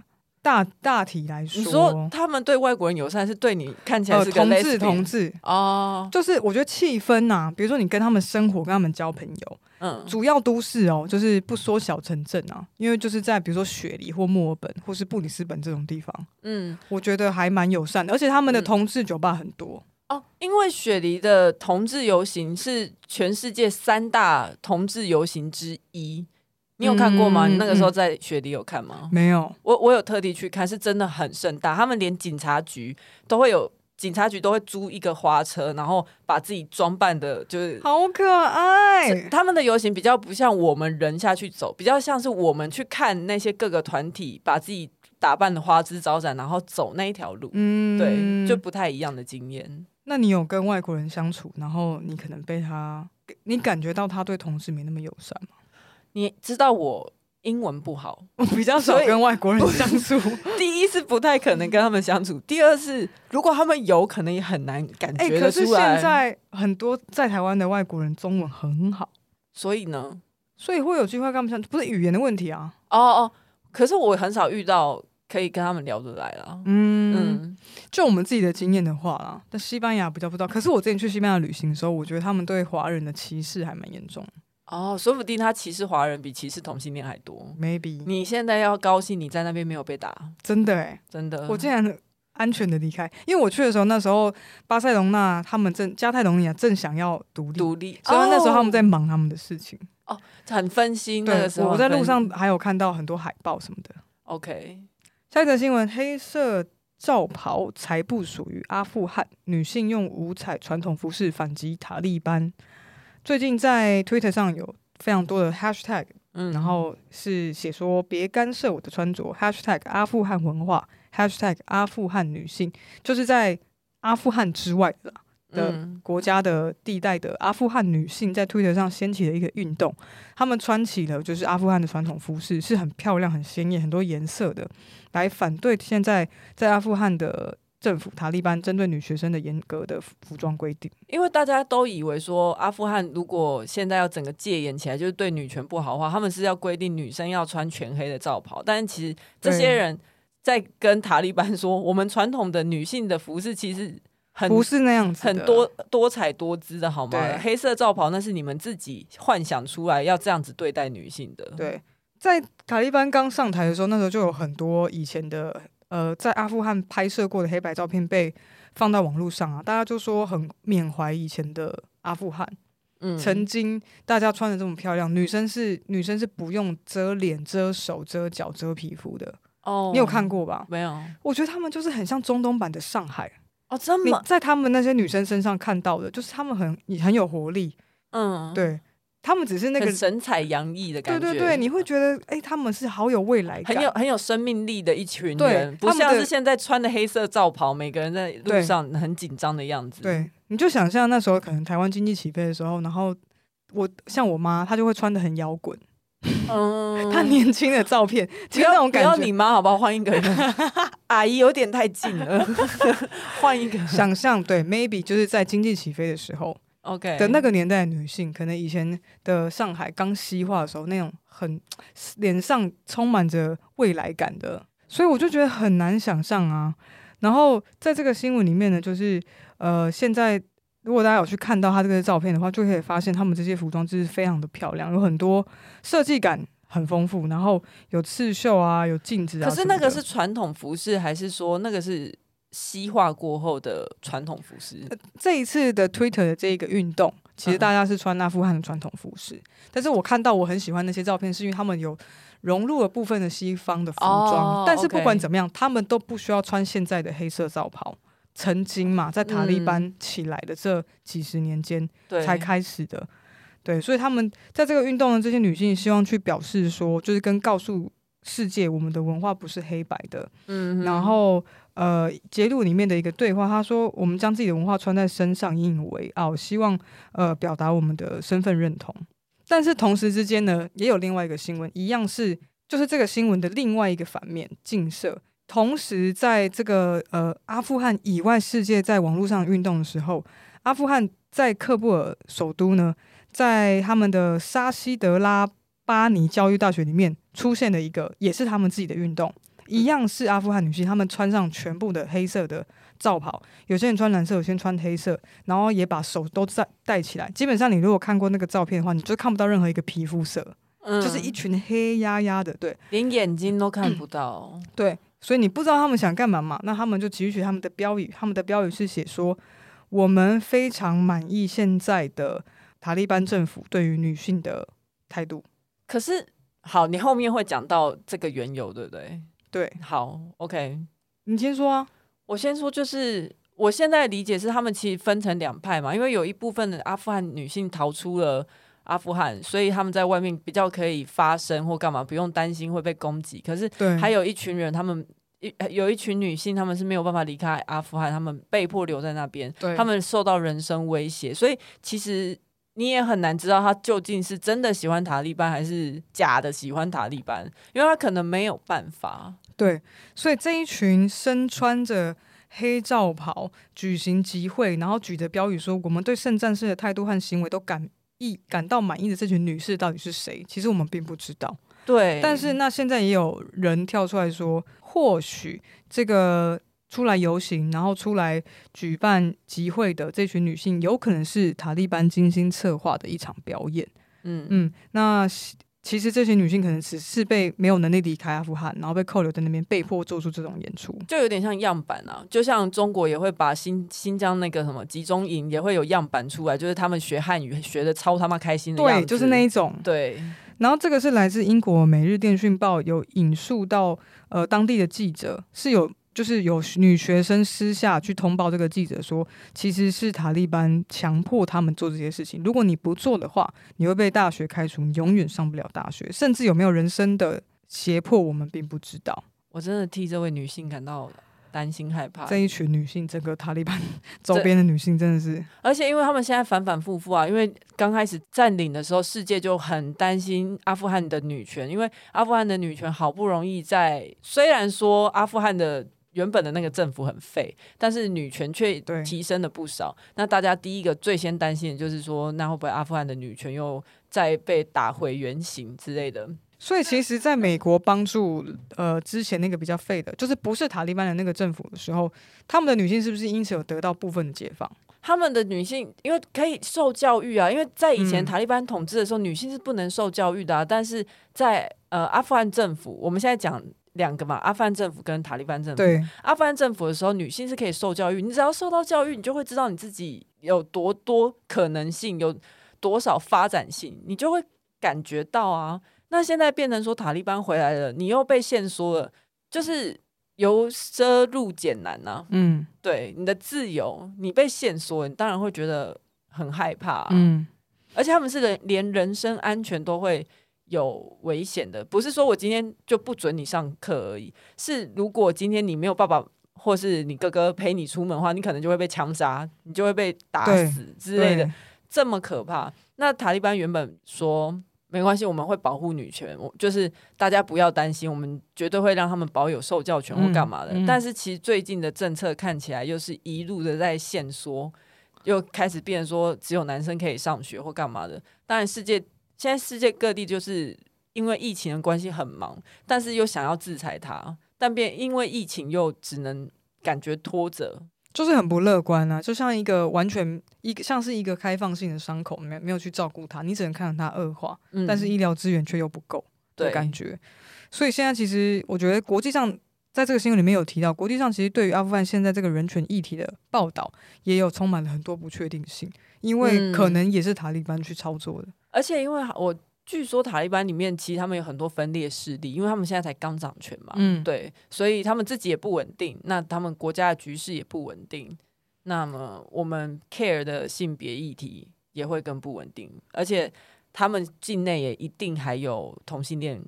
[SPEAKER 2] 大大体来
[SPEAKER 1] 你说他们对外国人友善，是对你看起来
[SPEAKER 2] 呃，
[SPEAKER 1] 是个
[SPEAKER 2] 同志
[SPEAKER 1] lesbian
[SPEAKER 2] 同志，
[SPEAKER 1] 哦，
[SPEAKER 2] 就是我觉得气氛呐、比如说你跟他们生活，跟他们交朋友，
[SPEAKER 1] 嗯，
[SPEAKER 2] 主要都市哦，就是不说小城镇啊，因为就是在比如说雪梨或墨尔本或是布里斯本这种地方，
[SPEAKER 1] 嗯，
[SPEAKER 2] 我觉得还蛮友善的，而且他们的
[SPEAKER 1] 嗯
[SPEAKER 2] 同志酒吧很多，
[SPEAKER 1] 哦，因为雪梨的同志游行是全世界三大同志游行之一，你有看过吗？
[SPEAKER 2] 嗯
[SPEAKER 1] 你那个时候在雪梨有看吗？
[SPEAKER 2] 没有
[SPEAKER 1] 我我有特地去看，是真的很盛大，他们连警察局都会有。警察局都会租一个花车，然后把自己装扮的，就是
[SPEAKER 2] 好可爱，
[SPEAKER 1] 他们的游行比较不像我们人下去走，比较像是我们去看那些各个团体把自己打扮的花枝招展，然后走那一条路，
[SPEAKER 2] 嗯，
[SPEAKER 1] 对，就不太一样的经验。
[SPEAKER 2] 那你有跟外国人相处，然后你可能被他，你感觉到他对同志没那么友善吗？
[SPEAKER 1] 你知道我英文不好， (laughs)
[SPEAKER 2] 我比较少
[SPEAKER 1] 所以
[SPEAKER 2] 跟外国人相处，
[SPEAKER 1] 第一是不太可能跟他们相处，第二是如果他们有可能也很难感
[SPEAKER 2] 哎、
[SPEAKER 1] 觉
[SPEAKER 2] 可
[SPEAKER 1] 得
[SPEAKER 2] 是
[SPEAKER 1] 出
[SPEAKER 2] 现
[SPEAKER 1] 来。
[SPEAKER 2] 在很多在台湾的外国人中文很好，
[SPEAKER 1] 所以呢，
[SPEAKER 2] 所以会有机会跟他们相处，不是语言的问题啊。
[SPEAKER 1] 哦哦，可是我很少遇到可以跟他们聊得来啦。
[SPEAKER 2] 嗯，
[SPEAKER 1] 嗯
[SPEAKER 2] 就我们自己的经验的话啦，但西班牙比较不知道。可是我之前去西班牙旅行的时候，我觉得他们对华人的歧视还蛮严重的
[SPEAKER 1] 哦，说不定他歧视华人比歧视同性恋还多。
[SPEAKER 2] ，maybe
[SPEAKER 1] 你现在要高兴你在那边没有被打，
[SPEAKER 2] 真的哎、
[SPEAKER 1] 真的。
[SPEAKER 2] 我竟然安全的离开，因为我去的时候，那时候巴塞隆纳他们正加泰隆尼亚正想要独立，
[SPEAKER 1] 独立，
[SPEAKER 2] 所以那时候他们在
[SPEAKER 1] 哦
[SPEAKER 2] 忙他们的事情。
[SPEAKER 1] 很分心。那
[SPEAKER 2] 对
[SPEAKER 1] 个，时候
[SPEAKER 2] 我我在
[SPEAKER 1] 很
[SPEAKER 2] 路上还有看到很多海报什么的。
[SPEAKER 1] ，OK，
[SPEAKER 2] 下一则新闻：黑色罩袍才不属于阿富汗，女性用五彩传统服饰反击塔利班。最近在 Twitter 上有非常多的 hashtag，
[SPEAKER 1] 嗯，
[SPEAKER 2] 然后是写说别干涉我的穿着，#hashtag 阿富汗文化，#hashtag 阿富汗女性，就是在阿富汗之外的啦的
[SPEAKER 1] 嗯
[SPEAKER 2] 国家的地带的阿富汗女性在 Twitter 上掀起了一个运动，她们穿起了就是阿富汗的传统服饰，是很漂亮、很鲜艳、很多颜色的，来反对现在在阿富汗的政府塔利班针对女学生的严格的服服装规定。
[SPEAKER 1] 因为大家都以为说阿富汗如果现在要整个戒严起来，就是对女权不好的话，他们是要规定女生要穿全黑的罩袍，但其实这些
[SPEAKER 2] 对
[SPEAKER 1] 人在跟塔利班说，我们传统的女性的服饰其实很
[SPEAKER 2] 不是那样子的，
[SPEAKER 1] 很多多彩多姿的好吗
[SPEAKER 2] 对？
[SPEAKER 1] 黑色罩袍那是你们自己幻想出来要这样子对待女性的。
[SPEAKER 2] 对，在塔利班刚上台的时候，那时候就有很多以前的呃，在阿富汗拍摄过的黑白照片被放到网络上啊，大家就说很缅怀以前的阿富汗，
[SPEAKER 1] 嗯
[SPEAKER 2] 曾经大家穿的这么漂亮，女生是女生是不用遮脸、遮手、遮脚、遮皮肤的，
[SPEAKER 1] 哦
[SPEAKER 2] 你有看过吧？
[SPEAKER 1] 没有？
[SPEAKER 2] 我觉得他们就是很像中东版的上海，
[SPEAKER 1] 哦，这
[SPEAKER 2] 你
[SPEAKER 1] 么
[SPEAKER 2] 在他们那些女生身上看到的，就是他们很很有活力，
[SPEAKER 1] 嗯，，
[SPEAKER 2] 对他们只是那个
[SPEAKER 1] 很。神采洋溢的
[SPEAKER 2] 对
[SPEAKER 1] 感觉。
[SPEAKER 2] 对对，你会觉得哎、他们是好有未来感，
[SPEAKER 1] 很有很有生命力的一群
[SPEAKER 2] 对
[SPEAKER 1] 人，不
[SPEAKER 2] 他们
[SPEAKER 1] 像
[SPEAKER 2] 的
[SPEAKER 1] 是现在穿的黑色罩袍，每个人在路
[SPEAKER 2] 对
[SPEAKER 1] 上很紧张的样子。，
[SPEAKER 2] 对，你就想象那时候可能台湾经济起飞的时候，然后我像我妈，她就会穿的很摇滚，
[SPEAKER 1] 嗯，
[SPEAKER 2] 她年轻的照片，
[SPEAKER 1] 不
[SPEAKER 2] 其实那
[SPEAKER 1] 要
[SPEAKER 2] 种
[SPEAKER 1] 不
[SPEAKER 2] 感
[SPEAKER 1] 要
[SPEAKER 2] 觉
[SPEAKER 1] 你。妈好不好？换一个
[SPEAKER 2] (laughs)
[SPEAKER 1] 人，阿姨有点太近了， (laughs) 换一个人。
[SPEAKER 2] 想象对，maybe 就是在经济起飞的时候
[SPEAKER 1] OK
[SPEAKER 2] 的那个年代的女性，可能以前的上海刚西化的时候，那种很脸上充满着未来感的，所以我就觉得很难想象啊。然后在这个新闻里面呢，就是呃，现在如果大家有去看到她这个照片的话，就可以发现她们这些服装就是非常的漂亮，有很多设计感很丰富，然后有刺绣啊，有镜子啊
[SPEAKER 1] 可是
[SPEAKER 2] 什么的。
[SPEAKER 1] 那个是传统服饰，还是说那个是西化过后的传统服饰？
[SPEAKER 2] 这一次的 Twitter 的这一个运动，其实
[SPEAKER 1] 嗯
[SPEAKER 2] 大家是穿阿富汗的传统服饰，但是我看到我很喜欢那些照片，是因为他们有融入了部分的西方的服装，
[SPEAKER 1] 哦
[SPEAKER 2] 但是不
[SPEAKER 1] OK
[SPEAKER 2] 管怎么样，他们都不需要穿现在的黑色罩袍。曾经嘛，在塔利班起来的这几十年间
[SPEAKER 1] 嗯对，
[SPEAKER 2] 才开始的，对，所以他们在这个运动的这些女性希望去表示说，就是跟告诉世界，我们的文化不是黑白的，
[SPEAKER 1] 嗯哼
[SPEAKER 2] 然后呃，节录里面的一个对话，他说：“我们将自己的文化穿在身上，引以为傲，希望呃表达我们的身份认同。”但是同时之间呢，也有另外一个新闻，一样是就是这个新闻的另外一个反面镜射。同时，在这个呃阿富汗以外世界在网络上运动的时候，阿富汗在喀布尔首都呢，在他们的沙希德拉巴尼教育大学里面出现了一个，也是他们自己的运动。一样是阿富汗女性，她们穿上全部的黑色的罩袍，有些人穿蓝色，有些人穿黑色，然后也把手都戴戴起来。基本上，你如果看过那个照片的话，你就看不到任何一个皮肤色，
[SPEAKER 1] 嗯
[SPEAKER 2] 就是一群黑压压的，对
[SPEAKER 1] 连眼睛都看不
[SPEAKER 2] (clears throat)
[SPEAKER 1] 到。
[SPEAKER 2] 对，所以你不知道他们想干嘛嘛？那他们就举起他们的标语，他们的标语是写说：“我们非常满意现在的塔利班政府对于女性的态度。
[SPEAKER 1] 可是好，你后面会讲到这个缘由，对不对？”
[SPEAKER 2] 对
[SPEAKER 1] 好，OK，
[SPEAKER 2] 你先说啊，
[SPEAKER 1] 我先说，就是我现在理解是他们其实分成两派嘛，因为有一部分的阿富汗女性逃出了阿富汗，所以他们在外面比较可以发声或干嘛，不用担心会被攻击。可是
[SPEAKER 2] 对，
[SPEAKER 1] 还有一群人，他们一有一群女性，她们是没有办法离开阿富汗，她们被迫留在那边，
[SPEAKER 2] 对
[SPEAKER 1] 她们受到人身威胁，所以其实。你也很难知道她究竟是真的喜欢塔利班还是假的喜欢塔利班，因为她可能没有办法。
[SPEAKER 2] 对，所以这一群身穿着黑罩袍举行集会，然后举着标语说“我们对圣战士的态度和行为都感意感到满意”的这群女士到底是谁？其实我们并不知道。
[SPEAKER 1] 对，
[SPEAKER 2] 但是那现在也有人跳出来说，或许这个出来游行，然后出来举办集会的这群女性，有可能是塔利班精心策划的一场表演。
[SPEAKER 1] 嗯
[SPEAKER 2] 嗯，那其其实这些女性可能只是被没有能力离开阿富汗，然后被扣留在那边，被迫做出这种演出。
[SPEAKER 1] 就有点像样板啊，就像中国也会把新新疆那个什么集中营也会有样板出来，就是他们学汉语学的超他妈开心的嗯样
[SPEAKER 2] 对，
[SPEAKER 1] 子，
[SPEAKER 2] 就是那一种。
[SPEAKER 1] 对，
[SPEAKER 2] 然后这个是来自英国《每日电讯报》有引述到，呃，当地的记者是有。就是有女学生私下去通报这个记者说，其实是塔利班强迫他们做这些事情。如果你不做的话，你会被大学开除，你永远上不了大学，甚至有没有人生的胁迫，我们并不知道。
[SPEAKER 1] 我真的替这位女性感到担心害怕
[SPEAKER 2] 这，一群女性，整个塔利班
[SPEAKER 1] (laughs)
[SPEAKER 2] 周边的女性真的是
[SPEAKER 1] 而且因为他们现在反反复复啊，因为刚开始占领的时候，世界就很担心阿富汗的女权，因为阿富汗的女权好不容易在虽然说阿富汗的原本的那个政府很废，但是女权却
[SPEAKER 2] 对
[SPEAKER 1] 提升了不少。那大家第一个最先担心的就是说，那会不会阿富汗的女权又再被打回原形之类的？
[SPEAKER 2] 所以其实，在
[SPEAKER 1] 嗯
[SPEAKER 2] 美国帮助呃之前那个比较废的，就是不是塔利班的那个政府的时候，他们的女性是不是因此有得到部分的解放？
[SPEAKER 1] 他们的女性因为可以受教育啊，因为在以前
[SPEAKER 2] 嗯
[SPEAKER 1] 塔利班统治的时候，女性是不能受教育的、啊。但是在呃阿富汗政府，我们现在讲两个嘛，阿富汗政府跟塔利班政府。
[SPEAKER 2] 对，
[SPEAKER 1] 阿富汗政府的时候，女性是可以受教育，你只要受到教育，你就会知道你自己有多多可能性，有多少发展性，你就会感觉到啊。那现在变成说塔利班回来了，你又被限缩了，就是由奢入俭难啊呐、
[SPEAKER 2] 嗯
[SPEAKER 1] 对，你的自由，你被限缩，你当然会觉得很害怕、啊。
[SPEAKER 2] 嗯，
[SPEAKER 1] 而且他们是连连人身安全都会有危险的，不是说我今天就不准你上课而已，是如果今天你没有爸爸或是你哥哥陪你出门的话，你可能就会被枪杀，你就会被打
[SPEAKER 2] 对
[SPEAKER 1] 死之类的
[SPEAKER 2] 对，，
[SPEAKER 1] 这么可怕。那塔利班原本说没关系，我们会保护女权，我就是大家不要担心，我们绝对会让他们保有受教权或干嘛的。
[SPEAKER 2] 嗯嗯
[SPEAKER 1] 但是其实最近的政策看起来又是一路的在限缩，又开始变成说只有男生可以上学或干嘛的。当然，世界现在世界各地就是因为疫情的关系很忙，但是又想要制裁他，但变因为疫情又只能感觉拖着。
[SPEAKER 2] 就是很不乐观啊，就像一个完全一个像是一个开放性的伤口，没没有去照顾它，你只能看着它恶化，
[SPEAKER 1] 嗯
[SPEAKER 2] 但是医疗资源却又不够的
[SPEAKER 1] 对
[SPEAKER 2] 感觉。所以现在其实我觉得国际上。在这个新闻里面有提到，国际上其实对于阿富汗现在这个人权议题的报道，也有充满了很多不确定性，因为
[SPEAKER 1] 嗯
[SPEAKER 2] 可能也是塔利班去操作的。
[SPEAKER 1] 而且因为我据说塔利班里面其实他们有很多分裂势力，因为他们现在才刚掌权嘛，
[SPEAKER 2] 嗯，
[SPEAKER 1] 对，所以他们自己也不稳定，那他们国家的局势也不稳定，那么我们 care 的性别议题也会更不稳定，而且他们境内也一定还有同性恋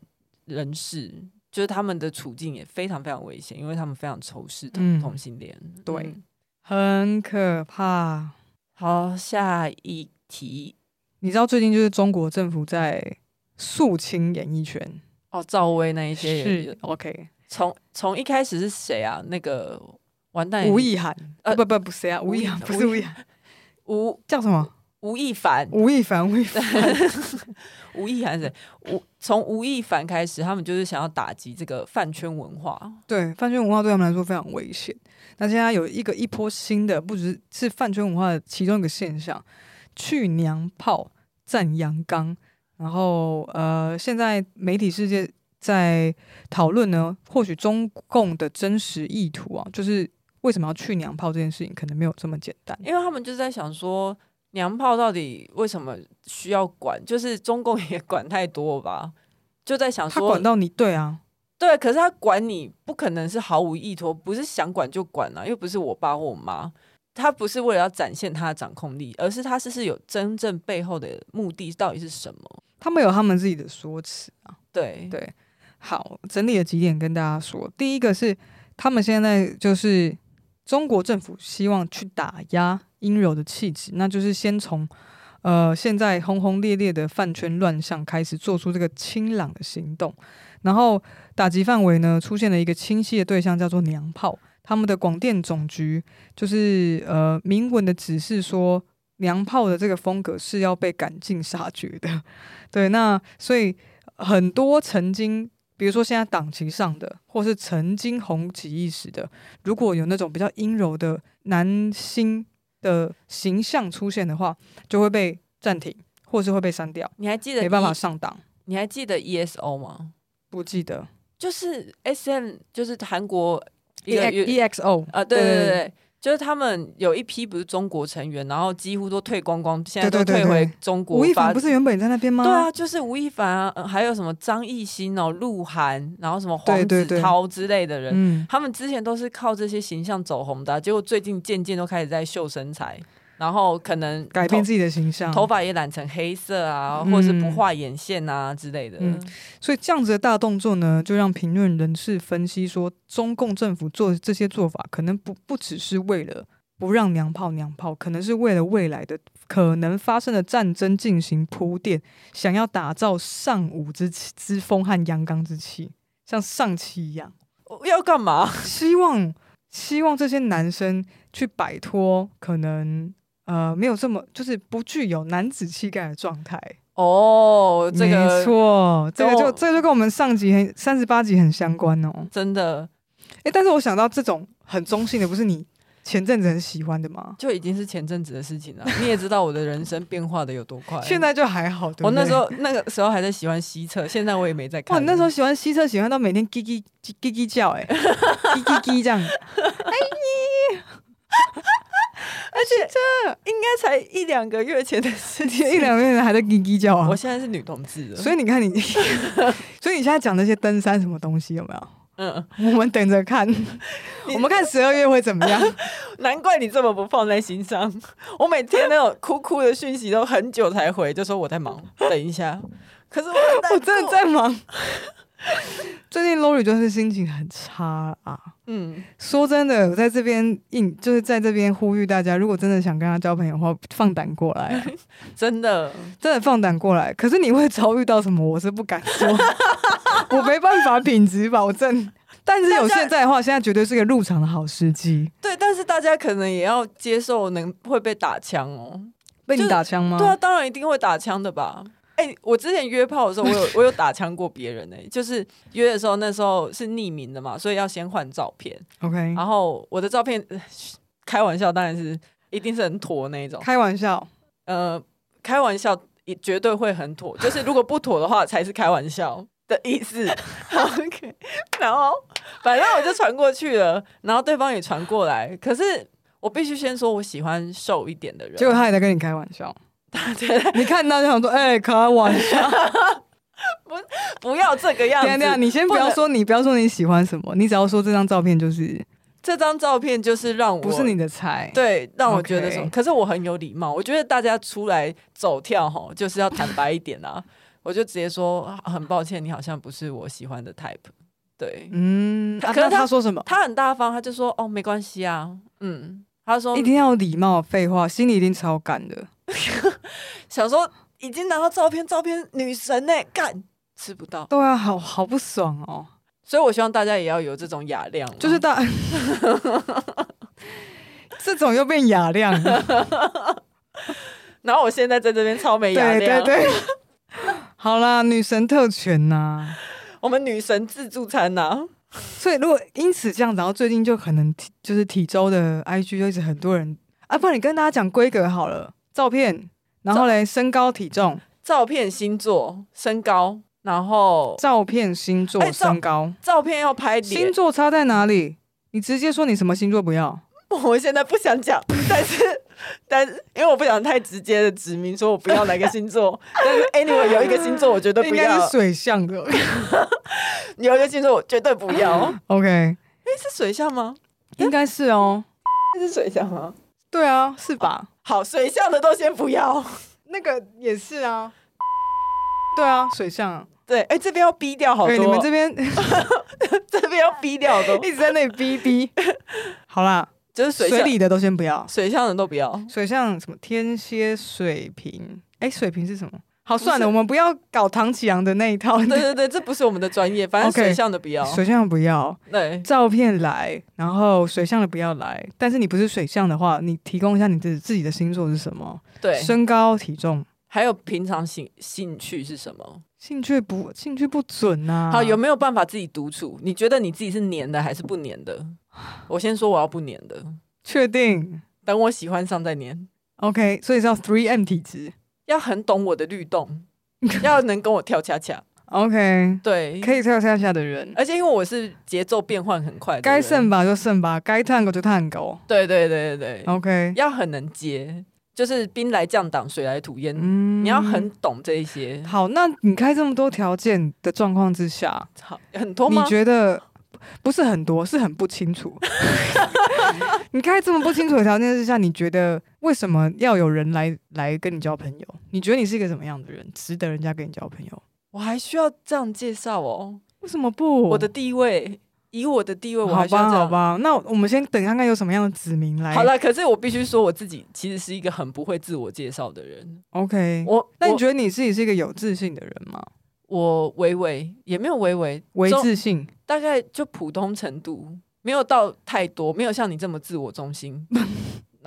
[SPEAKER 1] 人士。就是他们的处境也非常非常危险，因为他们非常仇视同
[SPEAKER 2] 嗯
[SPEAKER 1] 同性恋。
[SPEAKER 2] 对
[SPEAKER 1] 嗯
[SPEAKER 2] 很可怕。
[SPEAKER 1] 好，下一题
[SPEAKER 2] 你知道最近就是中国政府在肃清演艺圈，
[SPEAKER 1] 哦，赵薇那一些也
[SPEAKER 2] 是 OK。
[SPEAKER 1] 从从一开始是谁啊？那个完蛋，
[SPEAKER 2] 吴亦涵，
[SPEAKER 1] 呃
[SPEAKER 2] 呃，不不不，谁啊？吴亦涵
[SPEAKER 1] 吴亦
[SPEAKER 2] 不是吴亦涵，
[SPEAKER 1] 吴
[SPEAKER 2] 叫什么？
[SPEAKER 1] 吴亦凡，
[SPEAKER 2] 吴亦凡，吴亦凡。
[SPEAKER 1] 吴亦凡是谁？吴从吴亦凡开始，他们就是想要打击这个饭圈文化。
[SPEAKER 2] 对，饭圈文化对他们来说非常危险。那现在有一个一波新的，不只是饭圈文化的其中一个现象，去娘炮、赞阳刚，然后呃，现在媒体世界在讨论呢，或许中共的真实意图啊，就是为什么要去娘炮这件事情，可能没有这么简单。
[SPEAKER 1] 因为他们就在想说，娘炮到底为什么需要管？就是中共也管太多吧，就在想
[SPEAKER 2] 他
[SPEAKER 1] 说
[SPEAKER 2] 管，到你，对啊，
[SPEAKER 1] 对，可是他管你不可能是毫无意图，不是想管就管啊，又不是我爸或我妈。他不是为了要展现他的掌控力，而是他是是有真正背后的目的到底是什么？
[SPEAKER 2] 他们有他们自己的说辞啊。
[SPEAKER 1] 对，
[SPEAKER 2] 对，好，整理了几点跟大家说。第一个是，他们现在就是中国政府希望去打压阴柔的气质，那就是先从呃现在轰轰烈烈的饭圈乱象开始做出这个清朗的行动，然后打击范围呢出现了一个清晰的对象，叫做娘炮。他们的广电总局就是呃明文的指示说，娘炮的这个风格是要被赶尽杀绝的。对，那所以很多曾经，比如说现在党旗上的，或是曾经红极一时的，如果有那种比较阴柔的男星的形象出现的话，就会被暂停，或是会被删掉，
[SPEAKER 1] 你还记得
[SPEAKER 2] 没办法
[SPEAKER 1] E-
[SPEAKER 2] 上档。
[SPEAKER 1] 你还记得 ESO 吗？
[SPEAKER 2] 不记得
[SPEAKER 1] 就是 SM，就是韩国一
[SPEAKER 2] E
[SPEAKER 1] 个
[SPEAKER 2] X
[SPEAKER 1] 乐
[SPEAKER 2] E X O
[SPEAKER 1] 啊，对对对对，就是他们有一批不是中国成员，然后几乎都退光光，现在都
[SPEAKER 2] 对对
[SPEAKER 1] 退
[SPEAKER 2] 对
[SPEAKER 1] 回
[SPEAKER 2] 对
[SPEAKER 1] 中国
[SPEAKER 2] 吴亦
[SPEAKER 1] 发
[SPEAKER 2] 凡不是原本也在那边吗？
[SPEAKER 1] 对啊，，就是吴亦凡啊，呃还有什么张艺兴哦、鹿晗，然后什么黄
[SPEAKER 2] 对对
[SPEAKER 1] 子
[SPEAKER 2] 对
[SPEAKER 1] 韬之类的人，
[SPEAKER 2] 嗯，
[SPEAKER 1] 他们之前都是靠这些形象走红的啊、结果最近渐渐都开始在秀身材，然后可能
[SPEAKER 2] 改变
[SPEAKER 1] 头
[SPEAKER 2] 自己的形象，
[SPEAKER 1] 头发也染成黑色啊，
[SPEAKER 2] 嗯
[SPEAKER 1] 或者是不画眼线啊之类的。
[SPEAKER 2] 嗯所以这样子的大动作呢，就让评论人士分析说，中共政府做这些做法，可能不不只是为了不让娘炮娘炮，可能是为了未来的可能发生的战争进行铺垫，想要打造尚武之气之风和阳刚之气，像上期一样。
[SPEAKER 1] 我要干嘛？
[SPEAKER 2] 希望希望这些男生去摆脱可能呃没有这么就是不具有男子气概的状态。
[SPEAKER 1] 哦，这
[SPEAKER 2] 没
[SPEAKER 1] 个
[SPEAKER 2] 错，这个
[SPEAKER 1] 跟
[SPEAKER 2] 就
[SPEAKER 1] 我
[SPEAKER 2] 这个就跟我们上集很三十八集很相关哦。
[SPEAKER 1] 真的
[SPEAKER 2] 诶，但是我想到这种很中性的，不是你前阵子很喜欢的吗？
[SPEAKER 1] 就已经是前阵子的事情 (laughs) 了。你也知道我的人生变化的有多快。
[SPEAKER 2] 现在就还好，对不
[SPEAKER 1] 我哎哦那
[SPEAKER 2] 对
[SPEAKER 1] 时候那个时候还在喜欢西侧，现在我也没在看了。
[SPEAKER 2] 哇，你那时候喜欢西侧，喜欢到每天叽叽叽叽叽叫、
[SPEAKER 1] (laughs)
[SPEAKER 2] 哎，叽叽叽这样，
[SPEAKER 1] 哎应该才一两个月前的事情， (laughs)
[SPEAKER 2] 一两个月还在叽叽叫啊
[SPEAKER 1] 啊我。现在是女同志了，
[SPEAKER 2] (laughs) 所以你看你， (laughs) 所以你现在讲那些登山什么东西有没有？
[SPEAKER 1] 嗯，
[SPEAKER 2] 我们等着
[SPEAKER 1] (laughs)
[SPEAKER 2] 看，我们看十二月会怎么样？
[SPEAKER 1] 难怪你这么不放在心上。我每天那种哭哭的讯息都很久才回，就说我在忙，等一下。可 (laughs) 是我很难
[SPEAKER 2] 我真的
[SPEAKER 1] 过，
[SPEAKER 2] 在忙。最近 Lori 就是心情很差啊。
[SPEAKER 1] 嗯，
[SPEAKER 2] 说真的，我在这边应就是在这边呼吁大家，如果真的想跟他交朋友的话，放胆过来
[SPEAKER 1] (laughs)
[SPEAKER 2] 啊、
[SPEAKER 1] 真的，
[SPEAKER 2] 真的放胆过来。可是你会遭遇到什么，我是不敢
[SPEAKER 1] (laughs)
[SPEAKER 2] 说，我没办法品质保证。但是有现在的话，现在绝对是个入场的好时机。
[SPEAKER 1] 对。但是大家可能也要接受能会被打枪哦。
[SPEAKER 2] 被你
[SPEAKER 1] 就
[SPEAKER 2] 打枪吗？
[SPEAKER 1] 对啊，当然一定会打枪的吧。哎、我之前约炮的时候，我
[SPEAKER 2] (laughs)
[SPEAKER 1] 有我有打枪过别人呢、就是约的时候，那时候是匿名的嘛，所以要先换照片。
[SPEAKER 2] ，OK，
[SPEAKER 1] 然后我的照片，呃开玩笑当然是一定是很妥那一种，
[SPEAKER 2] 开玩笑。
[SPEAKER 1] 呃，开玩笑也绝对会很妥，就是如果不妥的话才是开玩笑的意
[SPEAKER 2] (laughs)
[SPEAKER 1] 思。OK，然后反正我就传过去了，然后对方也传过来，可是我必须先说我喜欢瘦一点的人，
[SPEAKER 2] 结果他也在跟你开玩笑，
[SPEAKER 1] 对
[SPEAKER 2] 你看到就想说，哎、开玩笑。
[SPEAKER 1] 不要这个样
[SPEAKER 2] (laughs) 等一下等一下，
[SPEAKER 1] 子。
[SPEAKER 2] 你先不要说你不要说你喜欢什么，你只要说这张照片就是
[SPEAKER 1] 这张照片就是让我
[SPEAKER 2] 不是你的菜。，
[SPEAKER 1] 对，让我觉得什么
[SPEAKER 2] OK
[SPEAKER 1] 可是我很有礼貌，我觉得大家出来走跳吼，就是要坦白一点啊。 (laughs) 我就直接说，啊很抱歉，你好像不是我喜欢的 type。对，
[SPEAKER 2] 嗯，啊
[SPEAKER 1] 可是
[SPEAKER 2] 那
[SPEAKER 1] 他
[SPEAKER 2] 他说什么？
[SPEAKER 1] 他很大方，他就说，哦，没关系啊，嗯，他说
[SPEAKER 2] 一定要有礼貌，废话，心里一定超干的。
[SPEAKER 1] 想说已经拿到照片，照片女神呢、干吃不到，
[SPEAKER 2] 对啊，好好不爽哦。
[SPEAKER 1] 所以我希望大家也要有这种雅量，
[SPEAKER 2] 就是大，
[SPEAKER 1] 哦
[SPEAKER 2] (laughs) 这种又变雅量，
[SPEAKER 1] 然后我现在在这边超没 (laughs) 雅
[SPEAKER 2] 对
[SPEAKER 1] 量，啊
[SPEAKER 2] 对对。好啦，女神特权呐、
[SPEAKER 1] 我们女神自助餐啊呐、
[SPEAKER 2] 所以如果因此这样子，然后最近就可能体就是体周的 IG 就一直很多人啊，不然你跟大家讲规格好了，照片，然后嘞身高体重，
[SPEAKER 1] 照片、星座、身高，然后
[SPEAKER 2] 照片星座
[SPEAKER 1] 哎照
[SPEAKER 2] 身高，
[SPEAKER 1] 照片要拍
[SPEAKER 2] 星
[SPEAKER 1] 脸。
[SPEAKER 2] 座差在哪里？你直接说你什么星座不要，
[SPEAKER 1] 我现在不想讲， (laughs) 但是但是因为我不想太直接的指明说我不要哪个星 (laughs) 座，但是 anyway 有一个星座我绝对
[SPEAKER 2] 应
[SPEAKER 1] 不
[SPEAKER 2] 该
[SPEAKER 1] 要
[SPEAKER 2] 是，水象的。
[SPEAKER 1] 有一个星座我绝对不要。
[SPEAKER 2] (laughs) OK，
[SPEAKER 1] 哎， (laughs) 是水象吗？
[SPEAKER 2] 应该是哦。
[SPEAKER 1] 是水象吗？
[SPEAKER 2] 对啊，是吧？
[SPEAKER 1] 好，水象的都先不 (laughs) 要。
[SPEAKER 2] 那个也是啊。对啊，水象啊。
[SPEAKER 1] 对，哎，这边要逼掉好多，
[SPEAKER 2] 对，你们这边
[SPEAKER 1] (laughs) 这边要逼掉好多，
[SPEAKER 2] 一直在那里逼逼。好啦，
[SPEAKER 1] (laughs) 就是水
[SPEAKER 2] 水
[SPEAKER 1] 象
[SPEAKER 2] 里的都先不要。
[SPEAKER 1] 水象的都不 (laughs) 要。
[SPEAKER 2] 水象什么天蝎、水瓶，哎、水瓶是什么？好，
[SPEAKER 1] 是
[SPEAKER 2] 算了，我们不要搞唐启阳的那一套。
[SPEAKER 1] 对对对，这不是我们的专业，反正
[SPEAKER 2] OK
[SPEAKER 1] 水象的不要。
[SPEAKER 2] (laughs) 水象不要，
[SPEAKER 1] 对，
[SPEAKER 2] 照片来，然后水象的不要来。但是你不是水象的话，你提供一下你自自己的星座是什么？
[SPEAKER 1] 对，
[SPEAKER 2] 身高、体重、
[SPEAKER 1] 还有平常兴兴趣是什么？
[SPEAKER 2] 兴趣不兴趣不准呐、啊。
[SPEAKER 1] 好，有没有办法自己独处？你觉得你自己是黏的还是不黏的？我先说我要不黏的，
[SPEAKER 2] 确定
[SPEAKER 1] 等我喜欢上再黏。
[SPEAKER 2] ？OK，所以是要 three M 体质。
[SPEAKER 1] 要很懂我的律
[SPEAKER 2] (laughs)
[SPEAKER 1] 动，要能跟我跳恰恰。
[SPEAKER 2] OK，
[SPEAKER 1] 对，
[SPEAKER 2] 可以跳下下的人，
[SPEAKER 1] 而且因为我是节奏变换很快的人，
[SPEAKER 2] 该剩吧就剩吧，该探狗就探狗。
[SPEAKER 1] 对对对对对，
[SPEAKER 2] OK，
[SPEAKER 1] 要很能接，就是兵来将挡，水来土掩。
[SPEAKER 2] 嗯
[SPEAKER 1] 你要很懂这一些，
[SPEAKER 2] 好，那你开这么多条件的状况之下，
[SPEAKER 1] 好很多
[SPEAKER 2] 你
[SPEAKER 1] 吗？
[SPEAKER 2] 觉得不是很多，是很不清楚。 (laughs) 你开这么不清楚的条件之下，你觉得为什么要有人来来跟你交朋友？你觉得你是一个什么样的人，值得人家跟你交朋友？
[SPEAKER 1] 我还需要这样介绍哦。
[SPEAKER 2] 为什么不？
[SPEAKER 1] 我的地位，以我的地位，我
[SPEAKER 2] 好
[SPEAKER 1] 还需要
[SPEAKER 2] 吧，
[SPEAKER 1] 这
[SPEAKER 2] 好
[SPEAKER 1] 样。
[SPEAKER 2] 吧，那我们先等看看有什么样的指名来。
[SPEAKER 1] 好啊了，可是我必须说，我自己其实是一个很不会自我介绍的人。
[SPEAKER 2] ，OK。
[SPEAKER 1] 我，
[SPEAKER 2] 那你
[SPEAKER 1] 我
[SPEAKER 2] 觉得你自己是一个有自信的人吗？
[SPEAKER 1] 我微微也没有微微，
[SPEAKER 2] 为
[SPEAKER 1] 中
[SPEAKER 2] 自信，
[SPEAKER 1] 大概就普通程度，没有到太多，没有像你这么自我中
[SPEAKER 2] (laughs)
[SPEAKER 1] 心。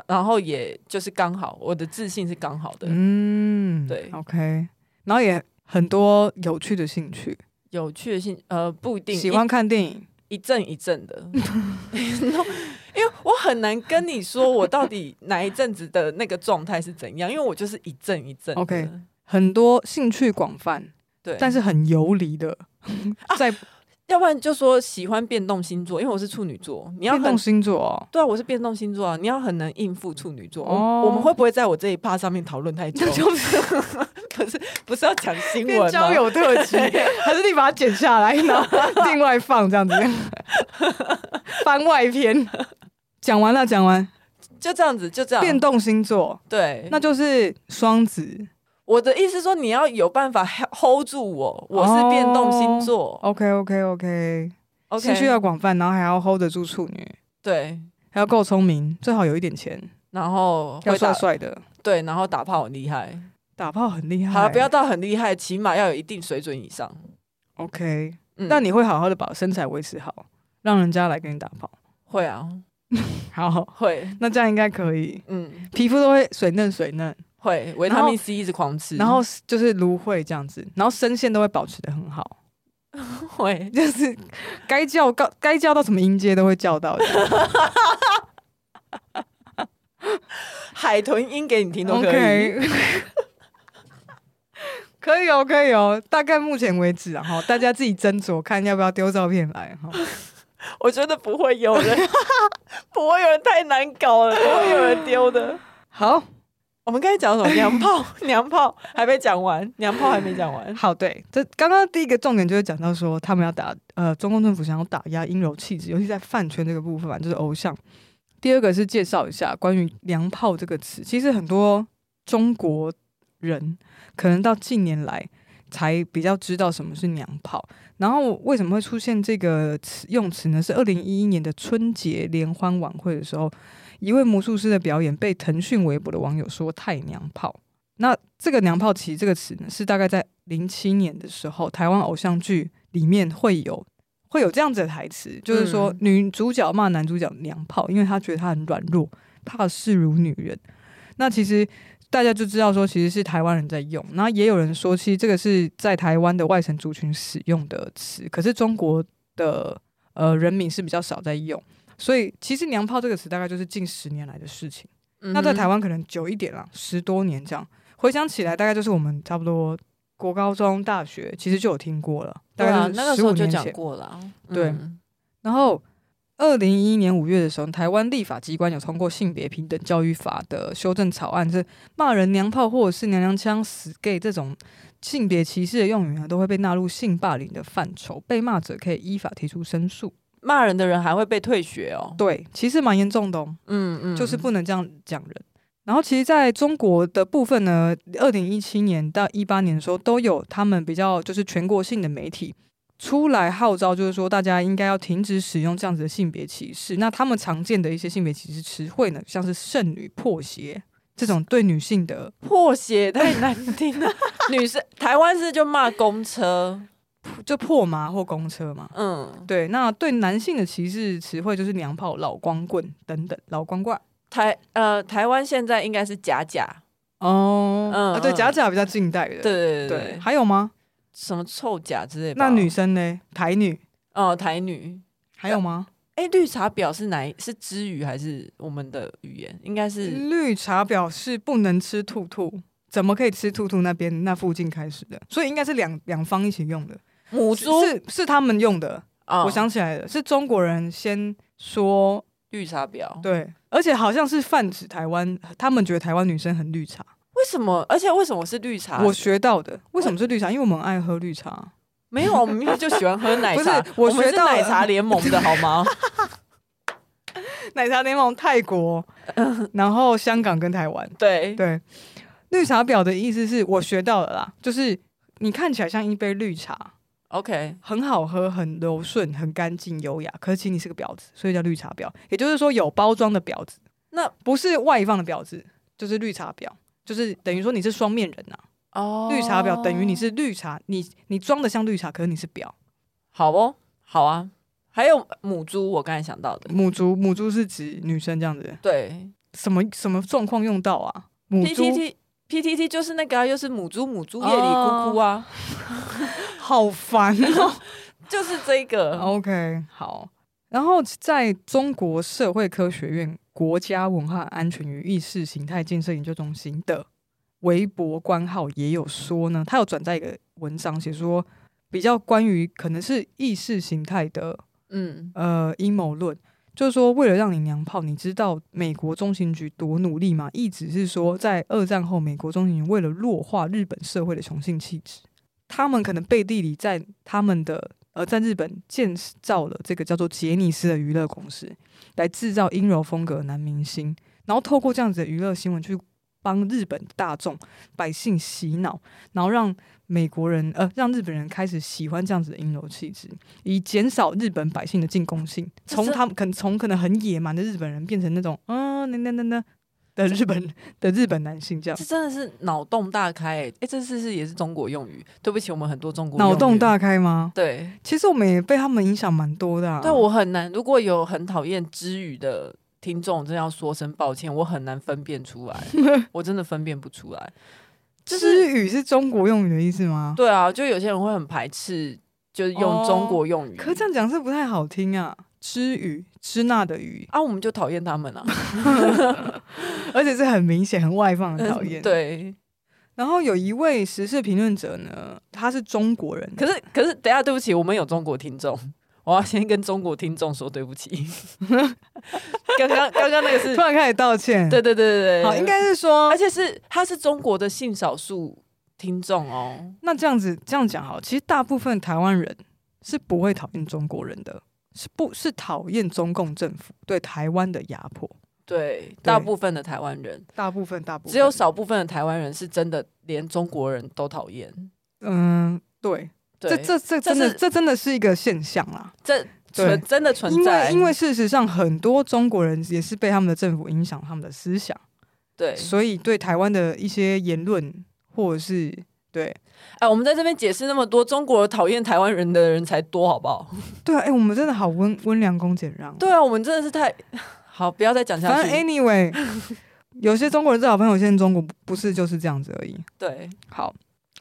[SPEAKER 1] 然后也就是刚好，我的自信是刚好的。
[SPEAKER 2] 嗯，
[SPEAKER 1] 对
[SPEAKER 2] ，OK，然后也很多有趣的兴趣，
[SPEAKER 1] 有趣的性呃不一定
[SPEAKER 2] 喜欢看电影，
[SPEAKER 1] 一一阵一阵的，
[SPEAKER 2] (laughs)
[SPEAKER 1] (laughs) 因为我很难跟你说我到底哪一阵子的那个状态是怎样，因为我就是一阵一阵的。
[SPEAKER 2] OK 很多兴趣广泛，
[SPEAKER 1] 对，
[SPEAKER 2] 但是很游
[SPEAKER 1] (laughs)
[SPEAKER 2] 离的，啊在
[SPEAKER 1] 要不然就说喜欢变动星座，因为我是处女座，你要
[SPEAKER 2] 变
[SPEAKER 1] 很
[SPEAKER 2] 动星座哦。
[SPEAKER 1] 对啊，我是变动星座啊，你要很能应付处女座。
[SPEAKER 2] 哦
[SPEAKER 1] 我我们会不会在我这一趴上面讨论太久？ (laughs) 可是不是要讲新闻吗
[SPEAKER 2] 变交友特
[SPEAKER 1] (laughs)
[SPEAKER 2] 辑，还是你把它剪下来，然后另外放
[SPEAKER 1] (laughs)
[SPEAKER 2] 这样子，番外篇。讲完了，讲完
[SPEAKER 1] 就这样子，就这样
[SPEAKER 2] 变动星座，
[SPEAKER 1] 啊对。
[SPEAKER 2] 那就是双子。
[SPEAKER 1] 我的意思说，你要有办法 hold 住我，我是变动星座。
[SPEAKER 2] OK OK OK，
[SPEAKER 1] OK，
[SPEAKER 2] 兴趣要广泛，然后还要 hold 得住处女，
[SPEAKER 1] 对，
[SPEAKER 2] 还要够聪明，最好有一点钱，
[SPEAKER 1] 然后
[SPEAKER 2] 要
[SPEAKER 1] 会
[SPEAKER 2] 帅
[SPEAKER 1] 打
[SPEAKER 2] 帅的，
[SPEAKER 1] 对，然后打炮很厉害。
[SPEAKER 2] 打炮很厉害。
[SPEAKER 1] 好了，不要到很厉害，起码要有一定水准以上。
[SPEAKER 2] OK，
[SPEAKER 1] 嗯，
[SPEAKER 2] 但你会好好的把身材维持好，让人家来跟你打炮。
[SPEAKER 1] 会啊，
[SPEAKER 2] 好，
[SPEAKER 1] 会，
[SPEAKER 2] 那这样应该可以，
[SPEAKER 1] 嗯，
[SPEAKER 2] 皮肤都会水嫩水嫩。
[SPEAKER 1] 会，维
[SPEAKER 2] 然
[SPEAKER 1] 他
[SPEAKER 2] 后
[SPEAKER 1] 命 C 一直狂吃，
[SPEAKER 2] 然后是就是芦荟这样子，然后声线都会保持的很好， (laughs)
[SPEAKER 1] 会，
[SPEAKER 2] 就是该叫到该叫到什么音阶都会叫到的。
[SPEAKER 1] 海豚 (laughs) 音给你听都可以。
[SPEAKER 2] OK，可以哦，可以哦。大概目前为止啊，然后大家自己斟酌看要不要丢照片来哈。
[SPEAKER 1] 我觉得不会有人， (laughs) 不会有人太难搞了，不会有人丢的。
[SPEAKER 2] 好
[SPEAKER 1] 我们刚才讲什么？娘 (laughs) 炮，娘炮还没讲完，娘炮还没讲完。
[SPEAKER 2] 好，对，这刚刚第一个重点就是讲到说，他们要打呃，中共政府想要打压阴柔气质，尤其在饭圈这个部分嘛，就是偶像。第二个是介绍一下关于“娘炮”这个词，其实很多中国人可能到近年来才比较知道什么是娘炮。然后为什么会出现这个词用词呢？是二零一一年的春节联欢晚会的时候，一位魔术师的表演被腾讯微博的网友说太娘炮。那这个“娘炮”其实这个词呢，是大概在零七年的时候，台湾偶像剧里面会有会有这样子的台词，就是说
[SPEAKER 1] 嗯
[SPEAKER 2] 女主角骂男主角“娘炮”，因为她觉得他很软弱，怕视如女人。那其实大家就知道说，其实是台湾人在用。然后也有人说，其实这个是在台湾的外省族群使用的词，可是中国的呃人民是比较少在用。所以其实“娘炮”这个词大概就是近十年来的事情。那在台
[SPEAKER 1] 湾，
[SPEAKER 2] 湾可能久一点啦，十多年这样。回想起来，大概就是我们差不多国高中、大学其实就有听过了，大
[SPEAKER 1] 对啊
[SPEAKER 2] 概，
[SPEAKER 1] 那
[SPEAKER 2] 就
[SPEAKER 1] 个
[SPEAKER 2] 是
[SPEAKER 1] 时
[SPEAKER 2] 十五
[SPEAKER 1] 候就
[SPEAKER 2] 年
[SPEAKER 1] 讲
[SPEAKER 2] 前。
[SPEAKER 1] 过了。
[SPEAKER 2] 对
[SPEAKER 1] 嗯
[SPEAKER 2] 然后，二零一一年五月的时候，台湾立法机关有通过性别平等教育法的修正草案，是骂人娘炮或者是娘娘腔、死 gay 这种性别歧视的用语呢，都会被纳入性霸凌的范畴，被骂者可以依法提出申诉。
[SPEAKER 1] 骂人的人还会被退学哦。
[SPEAKER 2] 对，其实蛮严重的、哦。
[SPEAKER 1] 嗯嗯，
[SPEAKER 2] 就是不能这样讲人。然后，其实在中国的部分呢，二零一七年到一八年的时候，都有他们比较就是全国性的媒体出来号召，就是说大家应该要停止使用这样子的性别歧视。那他们常见的一些性别歧视词汇呢，像是剩女、破鞋这种对女性的
[SPEAKER 1] 破鞋太难听 (laughs) 了。女生台湾是就骂公车，
[SPEAKER 2] 就破麻或公车嘛。
[SPEAKER 1] 嗯，
[SPEAKER 2] 对，那对男性的歧视词汇就是娘炮、老光棍等等，老光棍。
[SPEAKER 1] 台呃台湾现在应该是假假，
[SPEAKER 2] 哦，
[SPEAKER 1] 嗯
[SPEAKER 2] 啊，对，
[SPEAKER 1] 嗯
[SPEAKER 2] 假假比较近代的，
[SPEAKER 1] 对对对
[SPEAKER 2] 对，
[SPEAKER 1] 对，
[SPEAKER 2] 还有吗？
[SPEAKER 1] 什么臭甲之类的吧。
[SPEAKER 2] 那女生呢？台女
[SPEAKER 1] 哦台女，
[SPEAKER 2] 还有吗？
[SPEAKER 1] 哎、绿茶婊是哪一？是之语还是我们的语言？应该是、
[SPEAKER 2] 绿茶婊是不能吃兔兔，怎么可以吃兔兔那边那附近开始的？所以应该是两两方一起用的。
[SPEAKER 1] 母
[SPEAKER 2] 是
[SPEAKER 1] 猪
[SPEAKER 2] 是是他们用的，
[SPEAKER 1] 啊
[SPEAKER 2] 我想起来了，是中国人先说
[SPEAKER 1] 绿茶婊。
[SPEAKER 2] 对，而且好像是泛指台湾，他们觉得台湾女生很绿茶。
[SPEAKER 1] 为什么？而且为什么是绿茶？
[SPEAKER 2] 我学到的，为什么是绿
[SPEAKER 1] 哦
[SPEAKER 2] 茶？因为我们很爱喝绿茶。
[SPEAKER 1] 没有，我们明明就喜欢喝奶茶。
[SPEAKER 2] 不是我
[SPEAKER 1] 们
[SPEAKER 2] 学
[SPEAKER 1] 是
[SPEAKER 2] 到了
[SPEAKER 1] 奶茶联盟的好吗？
[SPEAKER 2] 奶茶联盟泰国，然后香港跟台湾，
[SPEAKER 1] 对，
[SPEAKER 2] (laughs) 对，绿茶婊的意思是我学到了啦，就是你看起来像一杯绿茶，
[SPEAKER 1] OK，
[SPEAKER 2] 很好喝、很柔顺、很干净、优雅，可是其实你是个婊子，所以叫绿茶婊。也就是说，有包装的婊子，
[SPEAKER 1] 那
[SPEAKER 2] 不是外放的婊子，就是绿茶婊，就是等于说你是双面人呐、啊
[SPEAKER 1] 哦
[SPEAKER 2] 绿茶婊等于你是绿茶，你你装的像绿茶，可是你是婊。
[SPEAKER 1] 好哦，好啊。还有母猪，我刚才想到的，
[SPEAKER 2] 母猪，母猪是指女生这样子，
[SPEAKER 1] 对
[SPEAKER 2] 什么什么状况用到啊？母猪哦
[SPEAKER 1] ，PTT PTT 就是那个、啊，又是母猪母猪夜里咕咕啊，
[SPEAKER 2] 好烦哦。
[SPEAKER 1] 就是这个。
[SPEAKER 2] OK，好。然后在中国社会科学院国家文化安全与意识形态建设研究中心的微博官号也有说呢，他有转载一个文章，写说比较关于可能是意识形态的
[SPEAKER 1] 嗯，
[SPEAKER 2] 呃阴谋论，就是说为了让你娘炮，你知道美国中情局多努力吗？一直是说在二战后，美国中情局为了弱化日本社会的雄性气质，他们可能背地里在他们的呃在日本建造了这个叫做杰尼斯的娱乐公司，来制造阴柔风格的男明星，然后透过这样子的娱乐新闻去。帮日本大众百姓洗脑，然后让美国人呃让日本人开始喜欢这样子的阴柔气质，以减少日本百姓的进攻性，
[SPEAKER 1] 这
[SPEAKER 2] 从
[SPEAKER 1] 是
[SPEAKER 2] 他们可能从可能很野蛮的日本人变成那种嗯那那那那的日本的日本男性这样
[SPEAKER 1] 这，真的是脑洞大开、欸，哎、这是是也是中国用语。对不起，我们很多中国
[SPEAKER 2] 脑
[SPEAKER 1] 用
[SPEAKER 2] 洞
[SPEAKER 1] 语，
[SPEAKER 2] 大开吗？
[SPEAKER 1] 对，
[SPEAKER 2] 其实我们也被他们影响蛮多的、啊，
[SPEAKER 1] 但我很难，如果有很讨厌之语的听众，真要说声抱歉，我很难分辨出
[SPEAKER 2] (laughs)
[SPEAKER 1] 来，我真的分辨不出来。就
[SPEAKER 2] 知
[SPEAKER 1] 是
[SPEAKER 2] 语是中国用语的意思吗？
[SPEAKER 1] 对啊，就有些人会很排斥，就是用中国用语。
[SPEAKER 2] 哦可这样讲是不太好听啊，知语支那的语，
[SPEAKER 1] 啊，我们就讨厌他们啊，
[SPEAKER 2] 而且是很明显很外放的讨
[SPEAKER 1] (laughs)
[SPEAKER 2] 厌。。
[SPEAKER 1] 嗯对，
[SPEAKER 2] 然后有一位时事评论者呢，他是中国人，
[SPEAKER 1] 可是可是，等一下对不起，我们有中国听众。我要先跟中国听众说对不起，
[SPEAKER 2] (laughs)
[SPEAKER 1] 刚刚刚刚那个是
[SPEAKER 2] 突，然开始道歉。
[SPEAKER 1] 对对对对对，
[SPEAKER 2] 好，应该是说
[SPEAKER 1] 而，且是他是中国的性少数听众哦，
[SPEAKER 2] 那这样子这样讲好，其实大部分台湾人是不会讨厌中国人的，是不是讨厌中共政府对台湾的压迫？
[SPEAKER 1] 对，大部分的台湾人，
[SPEAKER 2] 大部分，大部分
[SPEAKER 1] 只有少部分的台湾人是真的连中国人都讨厌。
[SPEAKER 2] 嗯，对，
[SPEAKER 1] 对，
[SPEAKER 2] 这
[SPEAKER 1] 这
[SPEAKER 2] 这这真的
[SPEAKER 1] 是
[SPEAKER 2] 这真的是一个现象啦，
[SPEAKER 1] 这
[SPEAKER 2] 对
[SPEAKER 1] 存真的存
[SPEAKER 2] 因
[SPEAKER 1] 在，
[SPEAKER 2] 为因为事实上很多中国人也是被他们的政府影响他们的思想，
[SPEAKER 1] 对，
[SPEAKER 2] 所以对台湾的一些言论或者是对
[SPEAKER 1] 哎，我们在这边解释那么多，中国讨厌台湾人的人才多，好不好？ (laughs)
[SPEAKER 2] 对啊，哎、我们真的好温温良恭俭让哦。
[SPEAKER 1] 对啊，我们真的是太好，不要再讲下
[SPEAKER 2] 反正
[SPEAKER 1] 去。
[SPEAKER 2] anyway，
[SPEAKER 1] (laughs)
[SPEAKER 2] 有些中国人是好朋友，现在中国不是就是这样子而已。
[SPEAKER 1] 对，
[SPEAKER 2] 好，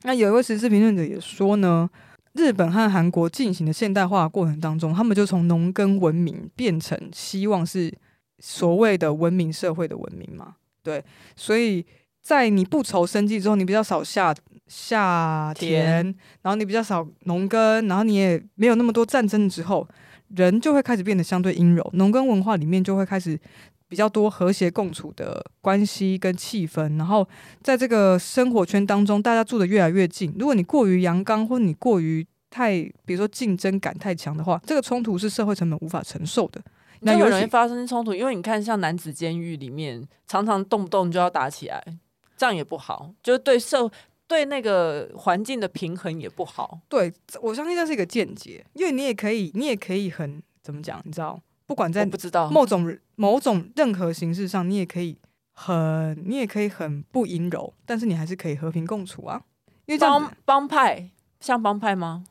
[SPEAKER 2] 那有一位时事评论者也说呢，日本和韩国进行的现代化过程当中，他们就从农耕文明变成希望是所谓的文明社会的文明嘛。对，所以在你不愁生计之后，你比较少下下田，然后你比较少农耕，然后你也没有那么多战争之后，人就会开始变得相对阴柔，农耕文化里面就会开始。比较多和谐共处的关系跟气氛，然后在这个生活圈当中，大家住的越来越近。如果你过于阳刚，或你过于太，比如说竞争感太强的话，这个冲突是社会成本无法承受的。那
[SPEAKER 1] 那
[SPEAKER 2] 尤
[SPEAKER 1] 很
[SPEAKER 2] 其
[SPEAKER 1] 容易发生冲突，因为你看，像男子监狱里面，常常动不动就要打起来，这样也不好，就是对社对那个环境的平衡也不好。
[SPEAKER 2] 对，这我相信这是一个见解，因为你也可以，你也可以很怎么讲，你知道，不管
[SPEAKER 1] 我
[SPEAKER 2] 在
[SPEAKER 1] 不知道，
[SPEAKER 2] 某种某种任何形式上，你也可以很，你也可以很不阴柔，但是你还是可以和平共处啊，因为这样子
[SPEAKER 1] 帮帮派像帮派吗？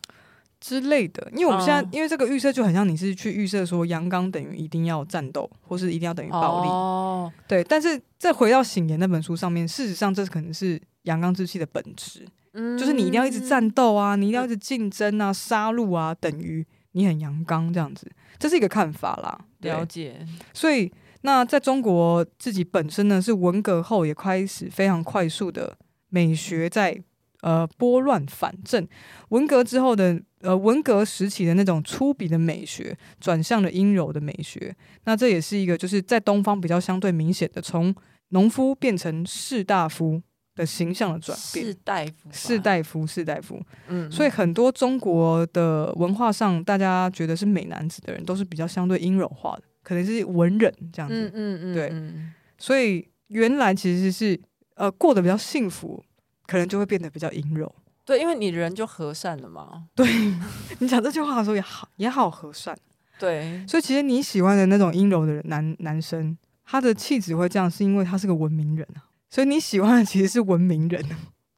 [SPEAKER 2] 之类的。因为我们现在，
[SPEAKER 1] 嗯
[SPEAKER 2] 因为这个预设就很像你是去预设说阳刚等于一定要战斗，或是一定要等于嗯暴力。
[SPEAKER 1] 哦，
[SPEAKER 2] 对，但是再回到《醒言》那本书上面，事实上这可能是阳刚之气的本质，
[SPEAKER 1] 嗯
[SPEAKER 2] 就是你一定要一直战斗啊，你一定要一直竞争啊、杀戮啊，等于你很阳刚这样子，这是一个看法啦。对
[SPEAKER 1] 了，解，
[SPEAKER 2] 所以那在中国自己本身呢，是文革后也开始非常快速的美学在呃拨乱反正，文革之后的呃文革时期的那种粗鄙的美学，转向了阴柔的美学。那这也是一个就是在东方比较相对明显的，从农夫变成士大夫的形象的转
[SPEAKER 1] 士
[SPEAKER 2] 变。
[SPEAKER 1] 大夫吧，
[SPEAKER 2] 士大夫，士大夫，
[SPEAKER 1] 嗯，
[SPEAKER 2] 所以很多中国的文化上，大家觉得是美男子的人，都是比较相对阴柔化的，可能是文人这样子。
[SPEAKER 1] 嗯嗯嗯，
[SPEAKER 2] 对
[SPEAKER 1] 嗯
[SPEAKER 2] 所以原来其实是呃过得比较幸福，可能就会变得比较阴柔。
[SPEAKER 1] 对，因为你人就和善了嘛，
[SPEAKER 2] (laughs) 你讲这句话的时候也好也好和善，
[SPEAKER 1] 对，
[SPEAKER 2] 所以其实你喜欢的那种阴柔的人男男生，他的气质会这样，是因为他是个文明人啊。所以你喜欢的其实是文明人，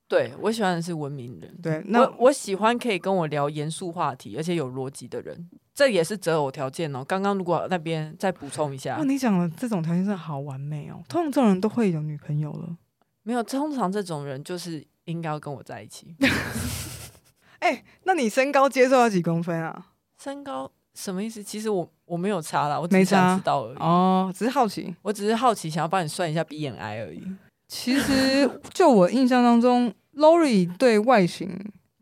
[SPEAKER 1] 对我喜欢的是文明人。
[SPEAKER 2] 对，那
[SPEAKER 1] 我我喜欢可以跟我聊严肃话题，而且有逻辑的人，这也是择偶条件哦。刚刚如果那边再补充一下
[SPEAKER 2] 哇，，哦你讲的这种条件真的好完美哦。通常这种人都会有女朋友了。
[SPEAKER 1] 没有，通常这种人就是应该要跟我在一
[SPEAKER 2] (laughs)
[SPEAKER 1] 起。
[SPEAKER 2] 哎、那你身高接受到几公分啊？
[SPEAKER 1] 身高什么意思？其实我我没有差啦，我只
[SPEAKER 2] 没
[SPEAKER 1] 是
[SPEAKER 2] 差
[SPEAKER 1] 想知道而已。
[SPEAKER 2] 哦，只是好奇。
[SPEAKER 1] 我只是好奇，想要帮你算一下 BMI 而已。
[SPEAKER 2] 其实就我印象当中，Lori 对外形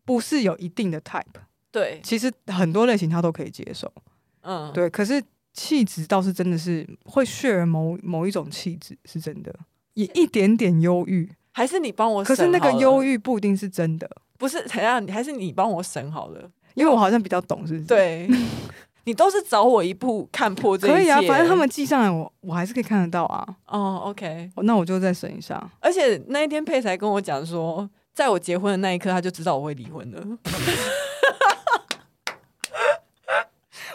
[SPEAKER 2] 不是有一定的 type，
[SPEAKER 1] 对，
[SPEAKER 2] 其实很多类型她都可以接受。
[SPEAKER 1] 嗯，
[SPEAKER 2] 对，可是气质倒是真的是会 share 某某一种气质，是真的。也一点点忧郁，
[SPEAKER 1] 还是你帮我
[SPEAKER 2] 可
[SPEAKER 1] 审好了。
[SPEAKER 2] 是那个忧
[SPEAKER 1] 郁
[SPEAKER 2] 郁不一定是真的，
[SPEAKER 1] 不是怎样，还是你帮我审好了。
[SPEAKER 2] 因为我好像比较懂，是不是？，
[SPEAKER 1] 对， (laughs) 你都是找我一步看破这一切。
[SPEAKER 2] 可以啊，反正他们寄上来我，我还是可以看得到啊。
[SPEAKER 1] 哦，OK。
[SPEAKER 2] 哦那我就再审一下。
[SPEAKER 1] 而且那一天佩才跟我讲说，在我结婚的那一刻，他就知道我会离婚了。 (laughs)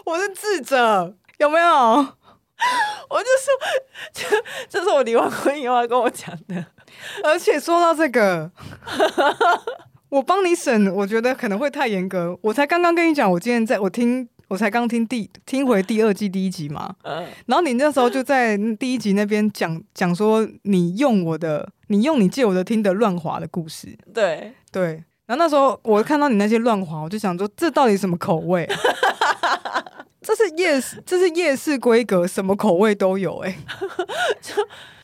[SPEAKER 2] 我是智者，有没有？
[SPEAKER 1] 我就说，这这是我离完婚以后他跟我讲的。
[SPEAKER 2] 而且说到这个， (laughs) 我帮你审，我觉得可能会太严格。我才刚刚跟你讲，我今天在我听，我才刚听第听回第二季第一集嘛。
[SPEAKER 1] 嗯，
[SPEAKER 2] 然后你那时候就在第一集那边讲讲说，你用我的，你用你借我的听的乱滑的故事，
[SPEAKER 1] 对，
[SPEAKER 2] 对。然后那时候我看到你那些乱滑，我就想说，这到底什么口味？ (laughs) 这是夜市，这是夜市规格，什么口味都有、欸。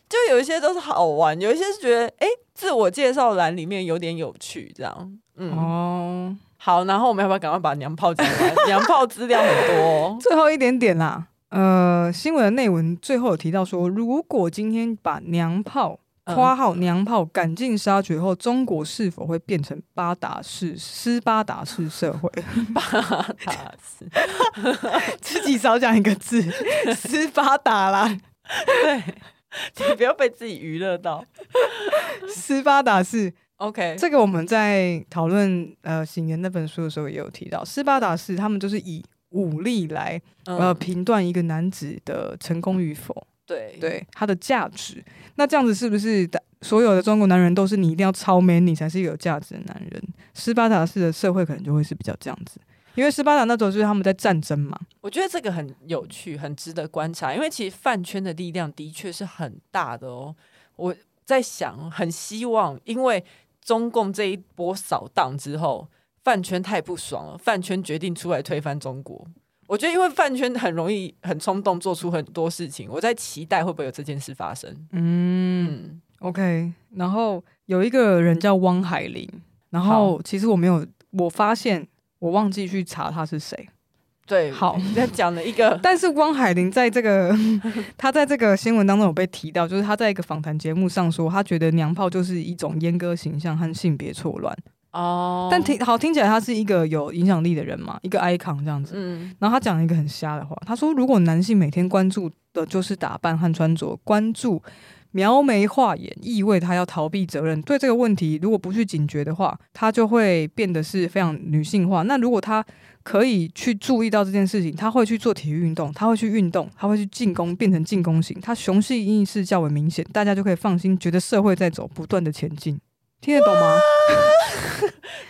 [SPEAKER 1] 就有一些都是好玩，有一些是觉得哎、诶自我介绍栏里面有点有趣，这样。嗯，
[SPEAKER 2] 哦，
[SPEAKER 1] 好，然后我们要不要赶快把娘炮讲 (laughs) 完？娘炮资料很多哦、
[SPEAKER 2] 最后一点点啦。呃，新闻的内文最后有提到说，如果今天把娘炮
[SPEAKER 1] 嗯
[SPEAKER 2] （括号娘炮）赶尽杀绝后，中国是否会变成巴达式斯巴达式社会？
[SPEAKER 1] (laughs) 打死
[SPEAKER 2] (laughs) 自己少讲一个字， (laughs) 斯巴达啦，
[SPEAKER 1] 对，你不要被自己娱乐到。
[SPEAKER 2] 斯巴达式。
[SPEAKER 1] OK，
[SPEAKER 2] 这个我们在讨论呃《醒言》那本书的时候也有提到，斯巴达式他们就是以武力来呃
[SPEAKER 1] 嗯，
[SPEAKER 2] 评断一个男子的成功与否。
[SPEAKER 1] 对
[SPEAKER 2] 对它的价值。那这样子是不是大所有的中国男人都是你一定要超 man 你才是一个有价值的男人？斯巴达式的社会可能就会是比较这样子，因为斯巴达那时候就是他们在战争嘛，
[SPEAKER 1] 我觉得这个很有趣，很值得观察，因为其实饭圈的力量的确是很大的哦。我在想，很希望，因为中共这一波扫荡之后，饭圈太不爽了，饭圈决定出来推翻中国。我觉得，因为饭圈很容易很冲动，做出很多事情。我在期待会不会有这件事发生。
[SPEAKER 2] 嗯
[SPEAKER 1] 嗯，
[SPEAKER 2] ，OK。然后有一个人叫汪海林，然后其实我没有，我发现我忘记去查他是谁，
[SPEAKER 1] 对，
[SPEAKER 2] 好
[SPEAKER 1] 你在讲了一 (laughs) 个，
[SPEAKER 2] 但是汪海林在这 (laughs) 个他在这个新闻当中有被提到，就是他在一个访谈节目上说，他觉得娘炮就是一种阉割形象和性别错乱。
[SPEAKER 1] 哦，
[SPEAKER 2] 但听好听起来，他是一个有影响力的人嘛，一个 icon 这样子。
[SPEAKER 1] 嗯，
[SPEAKER 2] 然后他讲了一个很瞎的话，他说：“如果男性每天关注的就是打扮和穿着，关注描眉画眼，意味他要逃避责任。对这个问题，如果不去警觉的话，他就会变得是非常女性化。那如果他可以去注意到这件事情，他会去做体育运动，他会去运动，他会去进攻，变成进攻型，他雄性意识较为明显，大家就可以放心，觉得社会在走不断的前进。听得懂吗？”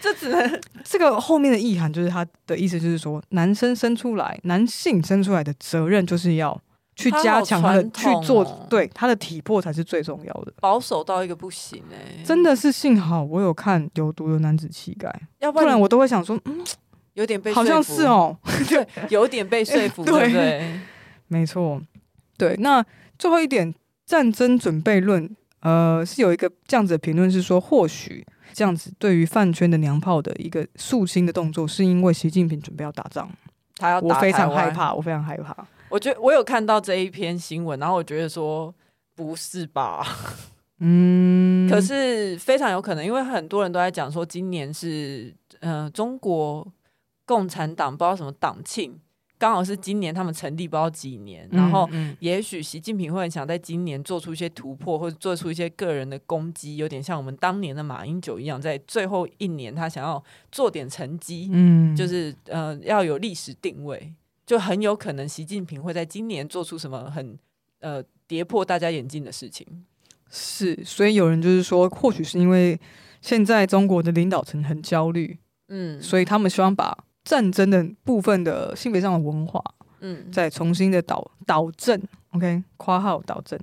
[SPEAKER 1] 这只能
[SPEAKER 2] 这个后面的意涵就是他的意思，就是说男生生出来，男性生出来的责任就是要去加强他的，
[SPEAKER 1] 他好传统哦
[SPEAKER 2] 去做对他的体魄才是最重要的。
[SPEAKER 1] 保守到一个不行哎、
[SPEAKER 2] 真的是幸好我有看《有毒的男子气概》，
[SPEAKER 1] 要不
[SPEAKER 2] 不然我都会想说，嗯，
[SPEAKER 1] 有点被
[SPEAKER 2] 好
[SPEAKER 1] 说
[SPEAKER 2] 像
[SPEAKER 1] 服
[SPEAKER 2] 是哦，
[SPEAKER 1] 对，有点被说服，
[SPEAKER 2] (laughs) 对
[SPEAKER 1] 对不对？
[SPEAKER 2] 没错，对。那最后一点，战争准备论，呃，是有一个这样子的评论是说，或许这样子对于饭圈的娘炮的一个肃清的动作，是因为习近平准备要打仗，
[SPEAKER 1] 他要
[SPEAKER 2] 我
[SPEAKER 1] 打
[SPEAKER 2] 非
[SPEAKER 1] 台
[SPEAKER 2] 常
[SPEAKER 1] 湾
[SPEAKER 2] 害。怕，我非常害怕。
[SPEAKER 1] 我觉得我有看到这一篇新闻，然后我觉得说不是吧？
[SPEAKER 2] 嗯，
[SPEAKER 1] 可是非常有可能，因为很多人都在讲说今年是呃中国共产党不知道什么党庆，刚好是今年他们成立不知道几年，然后。
[SPEAKER 2] 嗯
[SPEAKER 1] 也许习近平会很想在今年做出一些突破，或者做出一些个人的攻击，有点像我们当年的马英九一样，在最后一年他想要做点成绩，
[SPEAKER 2] 嗯
[SPEAKER 1] 就是呃要有历史定位，就很有可能习近平会在今年做出什么很呃跌破大家眼镜的事情。
[SPEAKER 2] 是，所以有人就是说，或许是因为现在中国的领导层很焦虑，
[SPEAKER 1] 嗯
[SPEAKER 2] 所以他们希望把战争的部分的性别上的文化
[SPEAKER 1] 嗯
[SPEAKER 2] 再重新的导导正，OK，括号导正，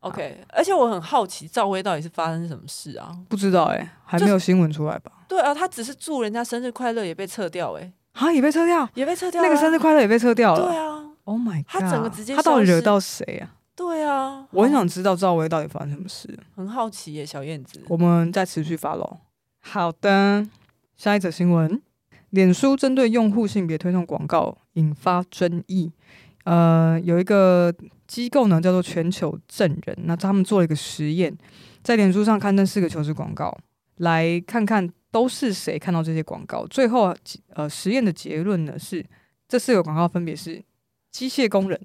[SPEAKER 1] ，OK。而且我很好奇赵薇到底是发生什么事啊？
[SPEAKER 2] 不知道哎、还没有新闻出来吧？
[SPEAKER 1] 对啊，她只是祝人家生日快乐也被撤掉、欸，
[SPEAKER 2] 啊，也被撤掉，
[SPEAKER 1] 也被撤掉、
[SPEAKER 2] 那个生
[SPEAKER 1] 日
[SPEAKER 2] 日快乐也被撤掉了。
[SPEAKER 1] 啊对啊，
[SPEAKER 2] Oh my god！
[SPEAKER 1] 他整个直接
[SPEAKER 2] 他到
[SPEAKER 1] 消
[SPEAKER 2] 底
[SPEAKER 1] 失
[SPEAKER 2] 惹到谁啊？
[SPEAKER 1] 对啊，哎
[SPEAKER 2] 我很想知道赵薇到底发生什么事。啊
[SPEAKER 1] 很好奇耶、小燕子。
[SPEAKER 2] 我们再持续发喽。好的，下一则新闻，脸书针对用户性别推送广告引发争议。呃，有一个机构呢叫做全球证人，那他们做了一个实验，在脸书上刊登四个求职广告，来看看都是谁看到这些广告。最后，呃，实验的结论呢是，这四个广告分别是机械工人，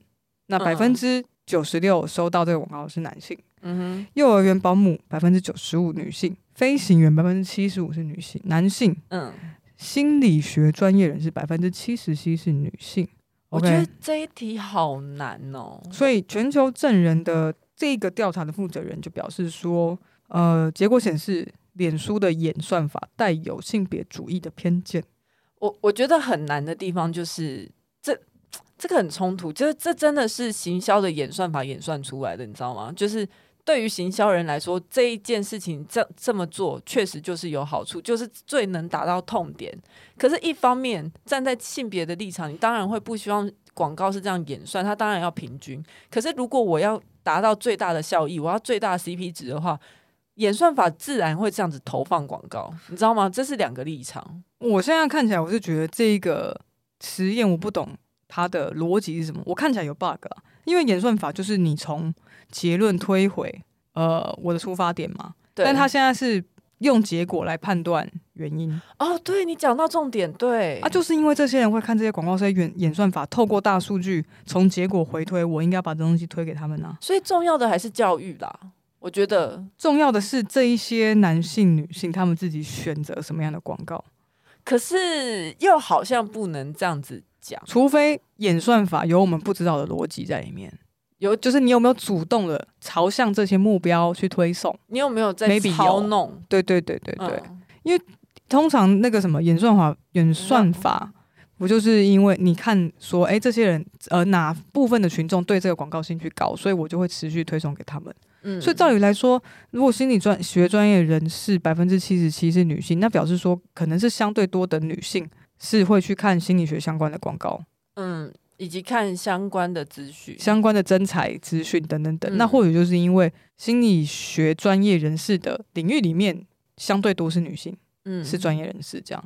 [SPEAKER 2] 那百分
[SPEAKER 1] 嗯
[SPEAKER 2] 之九十六收到这个广告是男性。
[SPEAKER 1] 嗯
[SPEAKER 2] 幼儿园保姆百分之九十五女性，飞行员百分之七十五是女性，男性
[SPEAKER 1] 哼，嗯，
[SPEAKER 2] 心理学专业人士百分之七十七是女性。
[SPEAKER 1] 我觉得
[SPEAKER 2] OK，
[SPEAKER 1] 这一题好难哦、
[SPEAKER 2] 所以全球证人的这个调查的负责人就表示说，呃，结果显示脸书的演算法带有性别主义的偏见。
[SPEAKER 1] 我我觉得很难的地方就是这这个很冲突，就是这真的是行销的演算法演算出来的，你知道吗？就是对于行销人来说，这一件事情这这么做确实就是有好处，就是最能达到痛点。可是，一方面站在性别的立场，你当然会不希望广告是这样演算，它当然要平均。可是，如果我要达到最大的效益，我要最大的 CP 值的话，演算法自然会这样子投放广告，你知道吗？这是两个立场。
[SPEAKER 2] 我现在看起来，我是觉得这个实验我不懂它的逻辑是什么。我看起来有 bug 啊，因为演算法就是你从结论推回呃我的出发点嘛，
[SPEAKER 1] 对
[SPEAKER 2] 但他现在是用结果来判断原因
[SPEAKER 1] 哦，对你讲到重点，对
[SPEAKER 2] 啊，就是因为这些人会看这些广告，所以演演算法透过大数据从结果回推，我应该把这东西推给他们啊。
[SPEAKER 1] 所以重要的还是教育啦，我觉得。
[SPEAKER 2] 重要的是这一些男性、女性他们自己选择什么样的广告，
[SPEAKER 1] 可是又好像不能这样子讲，
[SPEAKER 2] 除非演算法有我们不知道的逻辑在里面。
[SPEAKER 1] 有
[SPEAKER 2] 就是你有没有主动的朝向这些目标去推送？
[SPEAKER 1] 你有没有在
[SPEAKER 2] Maybe 有
[SPEAKER 1] 操弄？
[SPEAKER 2] 对对对对对，
[SPEAKER 1] 嗯
[SPEAKER 2] 通常那个什么演算法，演算法
[SPEAKER 1] 嗯
[SPEAKER 2] 不就是因为你看说，哎、这些人呃哪部分的群众对这个广告兴趣高，所以我就会持续推送给他们。
[SPEAKER 1] 嗯
[SPEAKER 2] 所以照理来说，如果心理专学专业人士百分之七十七是女性，那表示说可能是相对多的女性是会去看心理学相关的广告、
[SPEAKER 1] 嗯，以及看相关的资讯，
[SPEAKER 2] 相关的征才资讯等等等。
[SPEAKER 1] 嗯
[SPEAKER 2] 那或许就是因为心理学专业人士的领域里面相对多是女性。
[SPEAKER 1] 嗯
[SPEAKER 2] 是专业人士这样。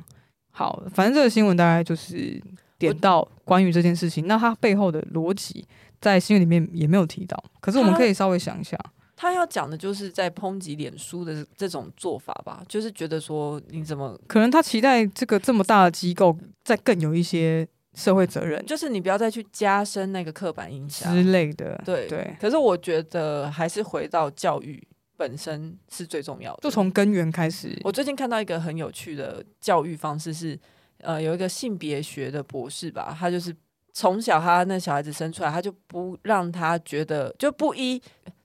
[SPEAKER 2] 好，反正这个新闻大概就是点到关于这件事情，那它背后的逻辑在新闻里面也没有提到，可是我们
[SPEAKER 1] 它
[SPEAKER 2] 可以稍微想一下，
[SPEAKER 1] 他要讲的就是在抨击脸书的这种做法吧，就是觉得说你怎么，
[SPEAKER 2] 可能他期待这个这么大的机构再更有一些社会责任
[SPEAKER 1] 就是你不要再去加深那个刻板印象
[SPEAKER 2] 之类的，
[SPEAKER 1] 对
[SPEAKER 2] 对，
[SPEAKER 1] 可是我觉得还是回到教育本身是最重要的，
[SPEAKER 2] 就从根源开始。
[SPEAKER 1] 我最近看到一个很有趣的教育方式是，呃，有一个性别学的博士吧，他就是从小他那小孩子生出来，他就不让他觉得就不依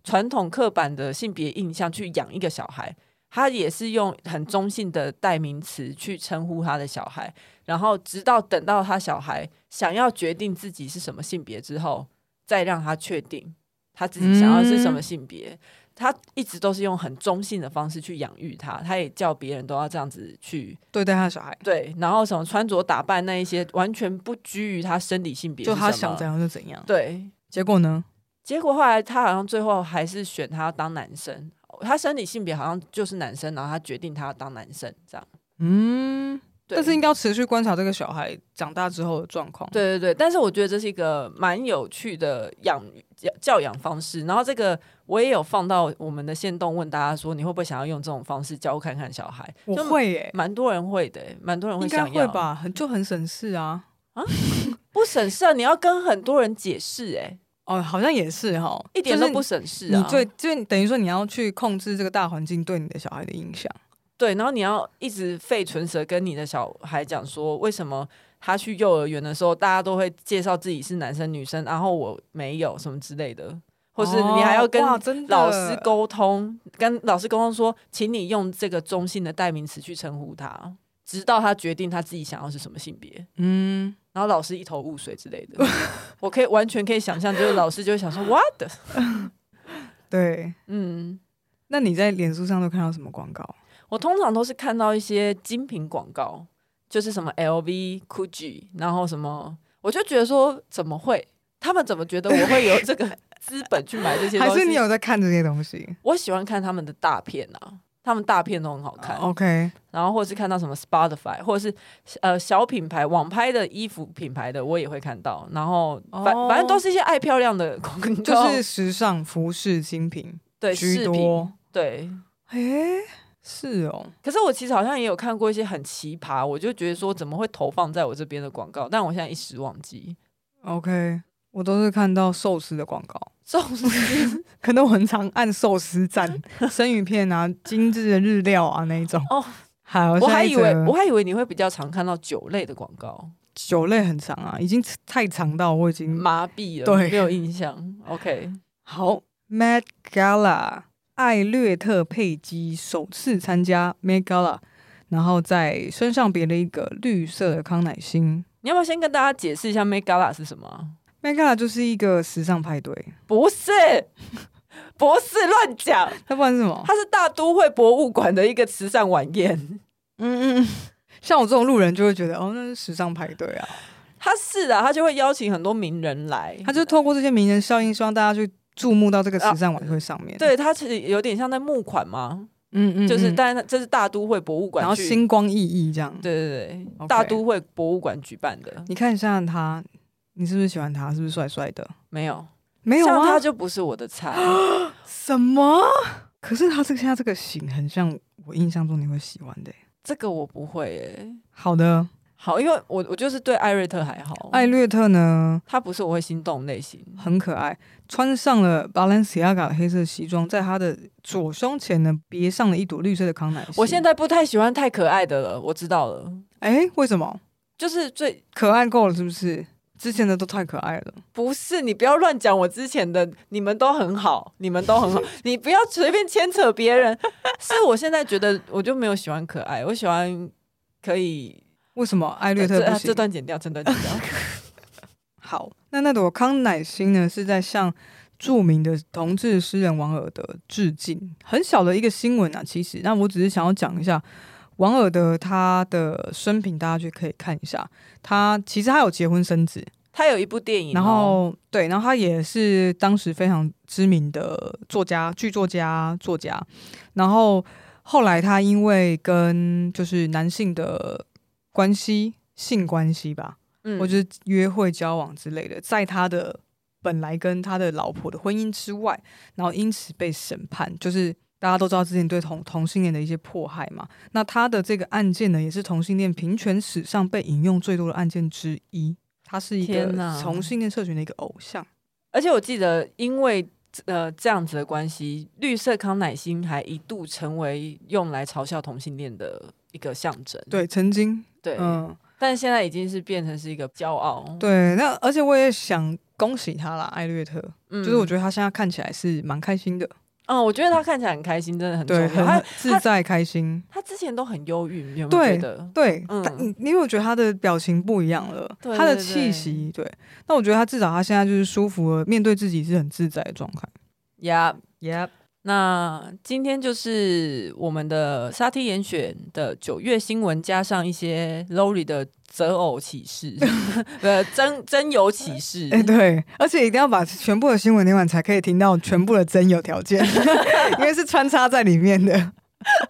[SPEAKER 1] 传统刻板的性别印象去养一个小孩，他也是用很中性的代名词去称呼他的小孩，然后直到等到他小孩想要决定自己是什么性别之后，再让他确定他自己想要是什么性别。
[SPEAKER 2] 嗯
[SPEAKER 1] 他一直都是用很中性的方式去养育他，他也叫别人都要这样子去
[SPEAKER 2] 对待他的小孩，
[SPEAKER 1] 对，然后什么穿着打扮那一些完全不拘于他生理性别，
[SPEAKER 2] 就他想怎样就怎样。
[SPEAKER 1] 对。
[SPEAKER 2] 结果呢？
[SPEAKER 1] 结果后来他好像最后还是选他当男生，他生理性别好像就是男生，然后他决定他要当男生这样。
[SPEAKER 2] 嗯，
[SPEAKER 1] 对
[SPEAKER 2] 但是应该要持续观察这个小孩长大之后的状况。
[SPEAKER 1] 对对对，但是我觉得这是一个蛮有趣的养教教养方式。然后这个我也有放到我们的线动问大家说，你会不会想要用这种方式教看看小孩？
[SPEAKER 2] 我
[SPEAKER 1] 就
[SPEAKER 2] 会耶、
[SPEAKER 1] 蛮多人会的，蛮多人会
[SPEAKER 2] 应该
[SPEAKER 1] 想
[SPEAKER 2] 会
[SPEAKER 1] 要。嗯
[SPEAKER 2] 吧，很就很省事啊。
[SPEAKER 1] 不省事啊，你要跟很多人解释、哎，
[SPEAKER 2] 哦，好像也是哈，
[SPEAKER 1] 一点
[SPEAKER 2] 就
[SPEAKER 1] 都
[SPEAKER 2] 是
[SPEAKER 1] 不省事啊。
[SPEAKER 2] 你最就等于说你要去控制这个大环境对你的小孩的影响，
[SPEAKER 1] 对，然后你要一直费唇舌跟你的小孩讲说，为什么他去幼儿园的时候，大家都会介绍自己是男生女生，然后我没有什么之类的。或是你还要跟
[SPEAKER 2] 哦哇真的
[SPEAKER 1] 老师沟通，跟老师沟通说，请你用这个中性的代名词去称呼他，直到他决定他自己想要是什么性别。
[SPEAKER 2] 嗯，
[SPEAKER 1] 然后老师一头雾水之类
[SPEAKER 2] (laughs)
[SPEAKER 1] 的，我可以完全可以想象，就是老师就会想说 what？
[SPEAKER 2] 对。
[SPEAKER 1] 嗯，
[SPEAKER 2] 那你在脸书上都看到什么广告？
[SPEAKER 1] 我通常都是看到一些精品广告，就是什么 LV、GUCCI，然后什么，我就觉得说怎么会？他们怎么觉得我会有这
[SPEAKER 2] (laughs)
[SPEAKER 1] 个资本去买这些东
[SPEAKER 2] 还
[SPEAKER 1] 西？
[SPEAKER 2] 是你有在看这些东西
[SPEAKER 1] 我喜欢看他们的大片啊，他们大片都很好看，
[SPEAKER 2] 哦？OK，
[SPEAKER 1] 然后或者是看到什么 Spotify，或者是呃小品牌网拍的衣服品牌的，我也会看到。然后反、
[SPEAKER 2] 哦
[SPEAKER 1] 反正都是一些爱漂亮的广告，
[SPEAKER 2] 就是时尚服饰精品
[SPEAKER 1] 哦对
[SPEAKER 2] 居
[SPEAKER 1] 饰
[SPEAKER 2] 多
[SPEAKER 1] 品。对。
[SPEAKER 2] 诶，是哦，
[SPEAKER 1] 可是我其实好像也有看过一些很奇葩，我就觉得说怎么会投放在我这边的广告，但我现在一时忘记。
[SPEAKER 2] OK，我都是看到寿司的广告， (laughs)
[SPEAKER 1] 寿司
[SPEAKER 2] 可能我很常按寿
[SPEAKER 1] (laughs)
[SPEAKER 2] 司站，生鱼片啊、精致的日料啊那一种。
[SPEAKER 1] 哦，
[SPEAKER 2] 好，
[SPEAKER 1] 我还
[SPEAKER 2] 下一
[SPEAKER 1] 以为
[SPEAKER 2] 则
[SPEAKER 1] 我还以为你会比较常看到酒类的广告，
[SPEAKER 2] 酒类很长啊，已经太长到我已经
[SPEAKER 1] 麻痹了，
[SPEAKER 2] 嗯对
[SPEAKER 1] 没有印象。OK，
[SPEAKER 2] 好。Met Gala，艾略特·佩姬首次参加 Met Gala，然后在身上别了一个绿色的康乃馨。
[SPEAKER 1] 你要不要先跟大家解释一下 Met Gala 是什么啊？
[SPEAKER 2] Met Gala 就是一个时尚派对，
[SPEAKER 1] 不是， (laughs) 不是乱讲，
[SPEAKER 2] 那不然是什么？
[SPEAKER 1] 它是大都会博物馆的一个慈善晚宴。
[SPEAKER 2] 嗯嗯嗯，像我这种路人就会觉得，哦，那是时尚派对啊。
[SPEAKER 1] 它是啊，它就会邀请很多名人来，
[SPEAKER 2] 他就透过这些名人效应，希望大家去注目到这个时尚晚会上面。，
[SPEAKER 1] 啊对它其实有点像在募款嘛，
[SPEAKER 2] 嗯嗯
[SPEAKER 1] 就是
[SPEAKER 2] 嗯
[SPEAKER 1] 但是这是大都会博物馆
[SPEAKER 2] 然后
[SPEAKER 1] 去
[SPEAKER 2] 星光熠熠这样。，
[SPEAKER 1] 对对对
[SPEAKER 2] OK
[SPEAKER 1] 大都会博物馆举办的，
[SPEAKER 2] 你看一下他，你是不是喜欢他？是不是帅帅的？
[SPEAKER 1] 没有，
[SPEAKER 2] 没有
[SPEAKER 1] 像
[SPEAKER 2] 啊
[SPEAKER 1] 他，就不是我的
[SPEAKER 2] (gasps)
[SPEAKER 1] 菜。
[SPEAKER 2] 什么？可是他这个现在这个型很像我印象中你会喜欢的欸、
[SPEAKER 1] 这个我不会诶。
[SPEAKER 2] 好的，
[SPEAKER 1] 好，因为我我就是对艾瑞特还好，
[SPEAKER 2] 艾略特呢
[SPEAKER 1] 他不是我会心动类型。
[SPEAKER 2] 很可爱，穿上了 Balenciaga 的黑色西装，在他的左胸前呢别上了一朵绿色的康乃馨。
[SPEAKER 1] 我现
[SPEAKER 2] 在
[SPEAKER 1] 在不太喜欢太可爱的了，我知道了，
[SPEAKER 2] 哎、为什么
[SPEAKER 1] 就是最
[SPEAKER 2] 可爱够了？是不是之前的都太可爱了？
[SPEAKER 1] 不是你不要乱讲我之前的，你们都很好，你们都很
[SPEAKER 2] (laughs)
[SPEAKER 1] 好，你不要随便牵扯别人。是我现在觉得我就没有喜欢可爱，我喜欢可以。
[SPEAKER 2] 为什么艾略特
[SPEAKER 1] 这
[SPEAKER 2] 不
[SPEAKER 1] 啊
[SPEAKER 2] 行
[SPEAKER 1] 这？段剪掉，这段剪掉。
[SPEAKER 2] (laughs) 好，那那朵康乃馨呢，是在向著名的同志诗人王尔德致敬。很小的一个新闻啊，其实，那我只是想要讲一下王尔德他的生平，大家就可以看一下。他其实他有结婚生子，
[SPEAKER 1] 他有一部电影哦、
[SPEAKER 2] 然后对，然后他也是当时非常知名的作家、剧作家、作家。然后后来他因为跟就是男性的关系、性关系吧，
[SPEAKER 1] 嗯
[SPEAKER 2] 或者是约会、交往之类的，在他的本来跟他的老婆的婚姻之外，然后因此被审判，就是大家都知道之前对同同性恋的一些迫害嘛。那他的这个案件呢，也是同性恋平权史上被引用最多的案件之一。他是一个
[SPEAKER 1] 天哪嗯
[SPEAKER 2] 同性恋社群的一个偶像，
[SPEAKER 1] 而且我记得，因为呃这样子的关系，绿色康乃馨还一度成为用来嘲笑同性恋的一个象征。
[SPEAKER 2] 对，曾经，
[SPEAKER 1] 对，
[SPEAKER 2] 嗯，
[SPEAKER 1] 但现在已经是变成是一个骄傲。，
[SPEAKER 2] 对。那而且我也想恭喜他啦，艾略特，
[SPEAKER 1] 嗯
[SPEAKER 2] 就是我觉得他现在看起来是蛮开心的，
[SPEAKER 1] 得，嗯，我觉得他看起来很开心，真的很重
[SPEAKER 2] 对，
[SPEAKER 1] 要。
[SPEAKER 2] 很
[SPEAKER 1] 他
[SPEAKER 2] 很自在开心。
[SPEAKER 1] 他之前都很忧郁，你有没有
[SPEAKER 2] 对
[SPEAKER 1] 觉得？
[SPEAKER 2] 对，
[SPEAKER 1] 嗯
[SPEAKER 2] 但你你有没有觉得他的表情不一样了？
[SPEAKER 1] 对
[SPEAKER 2] 他的
[SPEAKER 1] 对
[SPEAKER 2] 气
[SPEAKER 1] 对
[SPEAKER 2] 息，对。那我觉得他至少他现在就是舒服了，面对自己是很自在的状态。
[SPEAKER 1] 呀
[SPEAKER 2] Yep，
[SPEAKER 1] 那今天就是我们的沙 T 严选的九月新闻，加上一些 Lori 的择偶启示， (laughs) 呃，真真有启
[SPEAKER 2] (laughs)
[SPEAKER 1] 示。
[SPEAKER 2] 哎、 (laughs) 对，而且一定要把全部的新闻听完，才可以听到全部的真有条件， (laughs) 因为是穿插在里面的。 (laughs)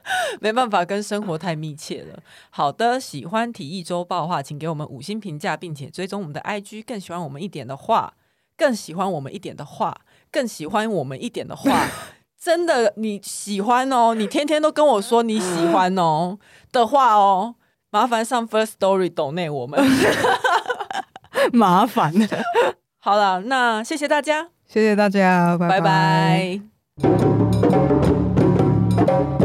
[SPEAKER 1] 没办法跟生活太密切了。好的，喜欢体育周报的话，请给我们五星评价，并且追踪我们的 IG。更喜欢我们一点的话，更喜欢我们一点的话，更喜欢我们一点的话。真的，你喜欢哦，你天天都跟我说你喜欢哦的话哦，麻烦上 First Story 抖内我们。
[SPEAKER 2] 麻烦 (laughs) 了，
[SPEAKER 1] 好了，那谢谢大家，
[SPEAKER 2] 谢谢大家，拜
[SPEAKER 1] 拜拜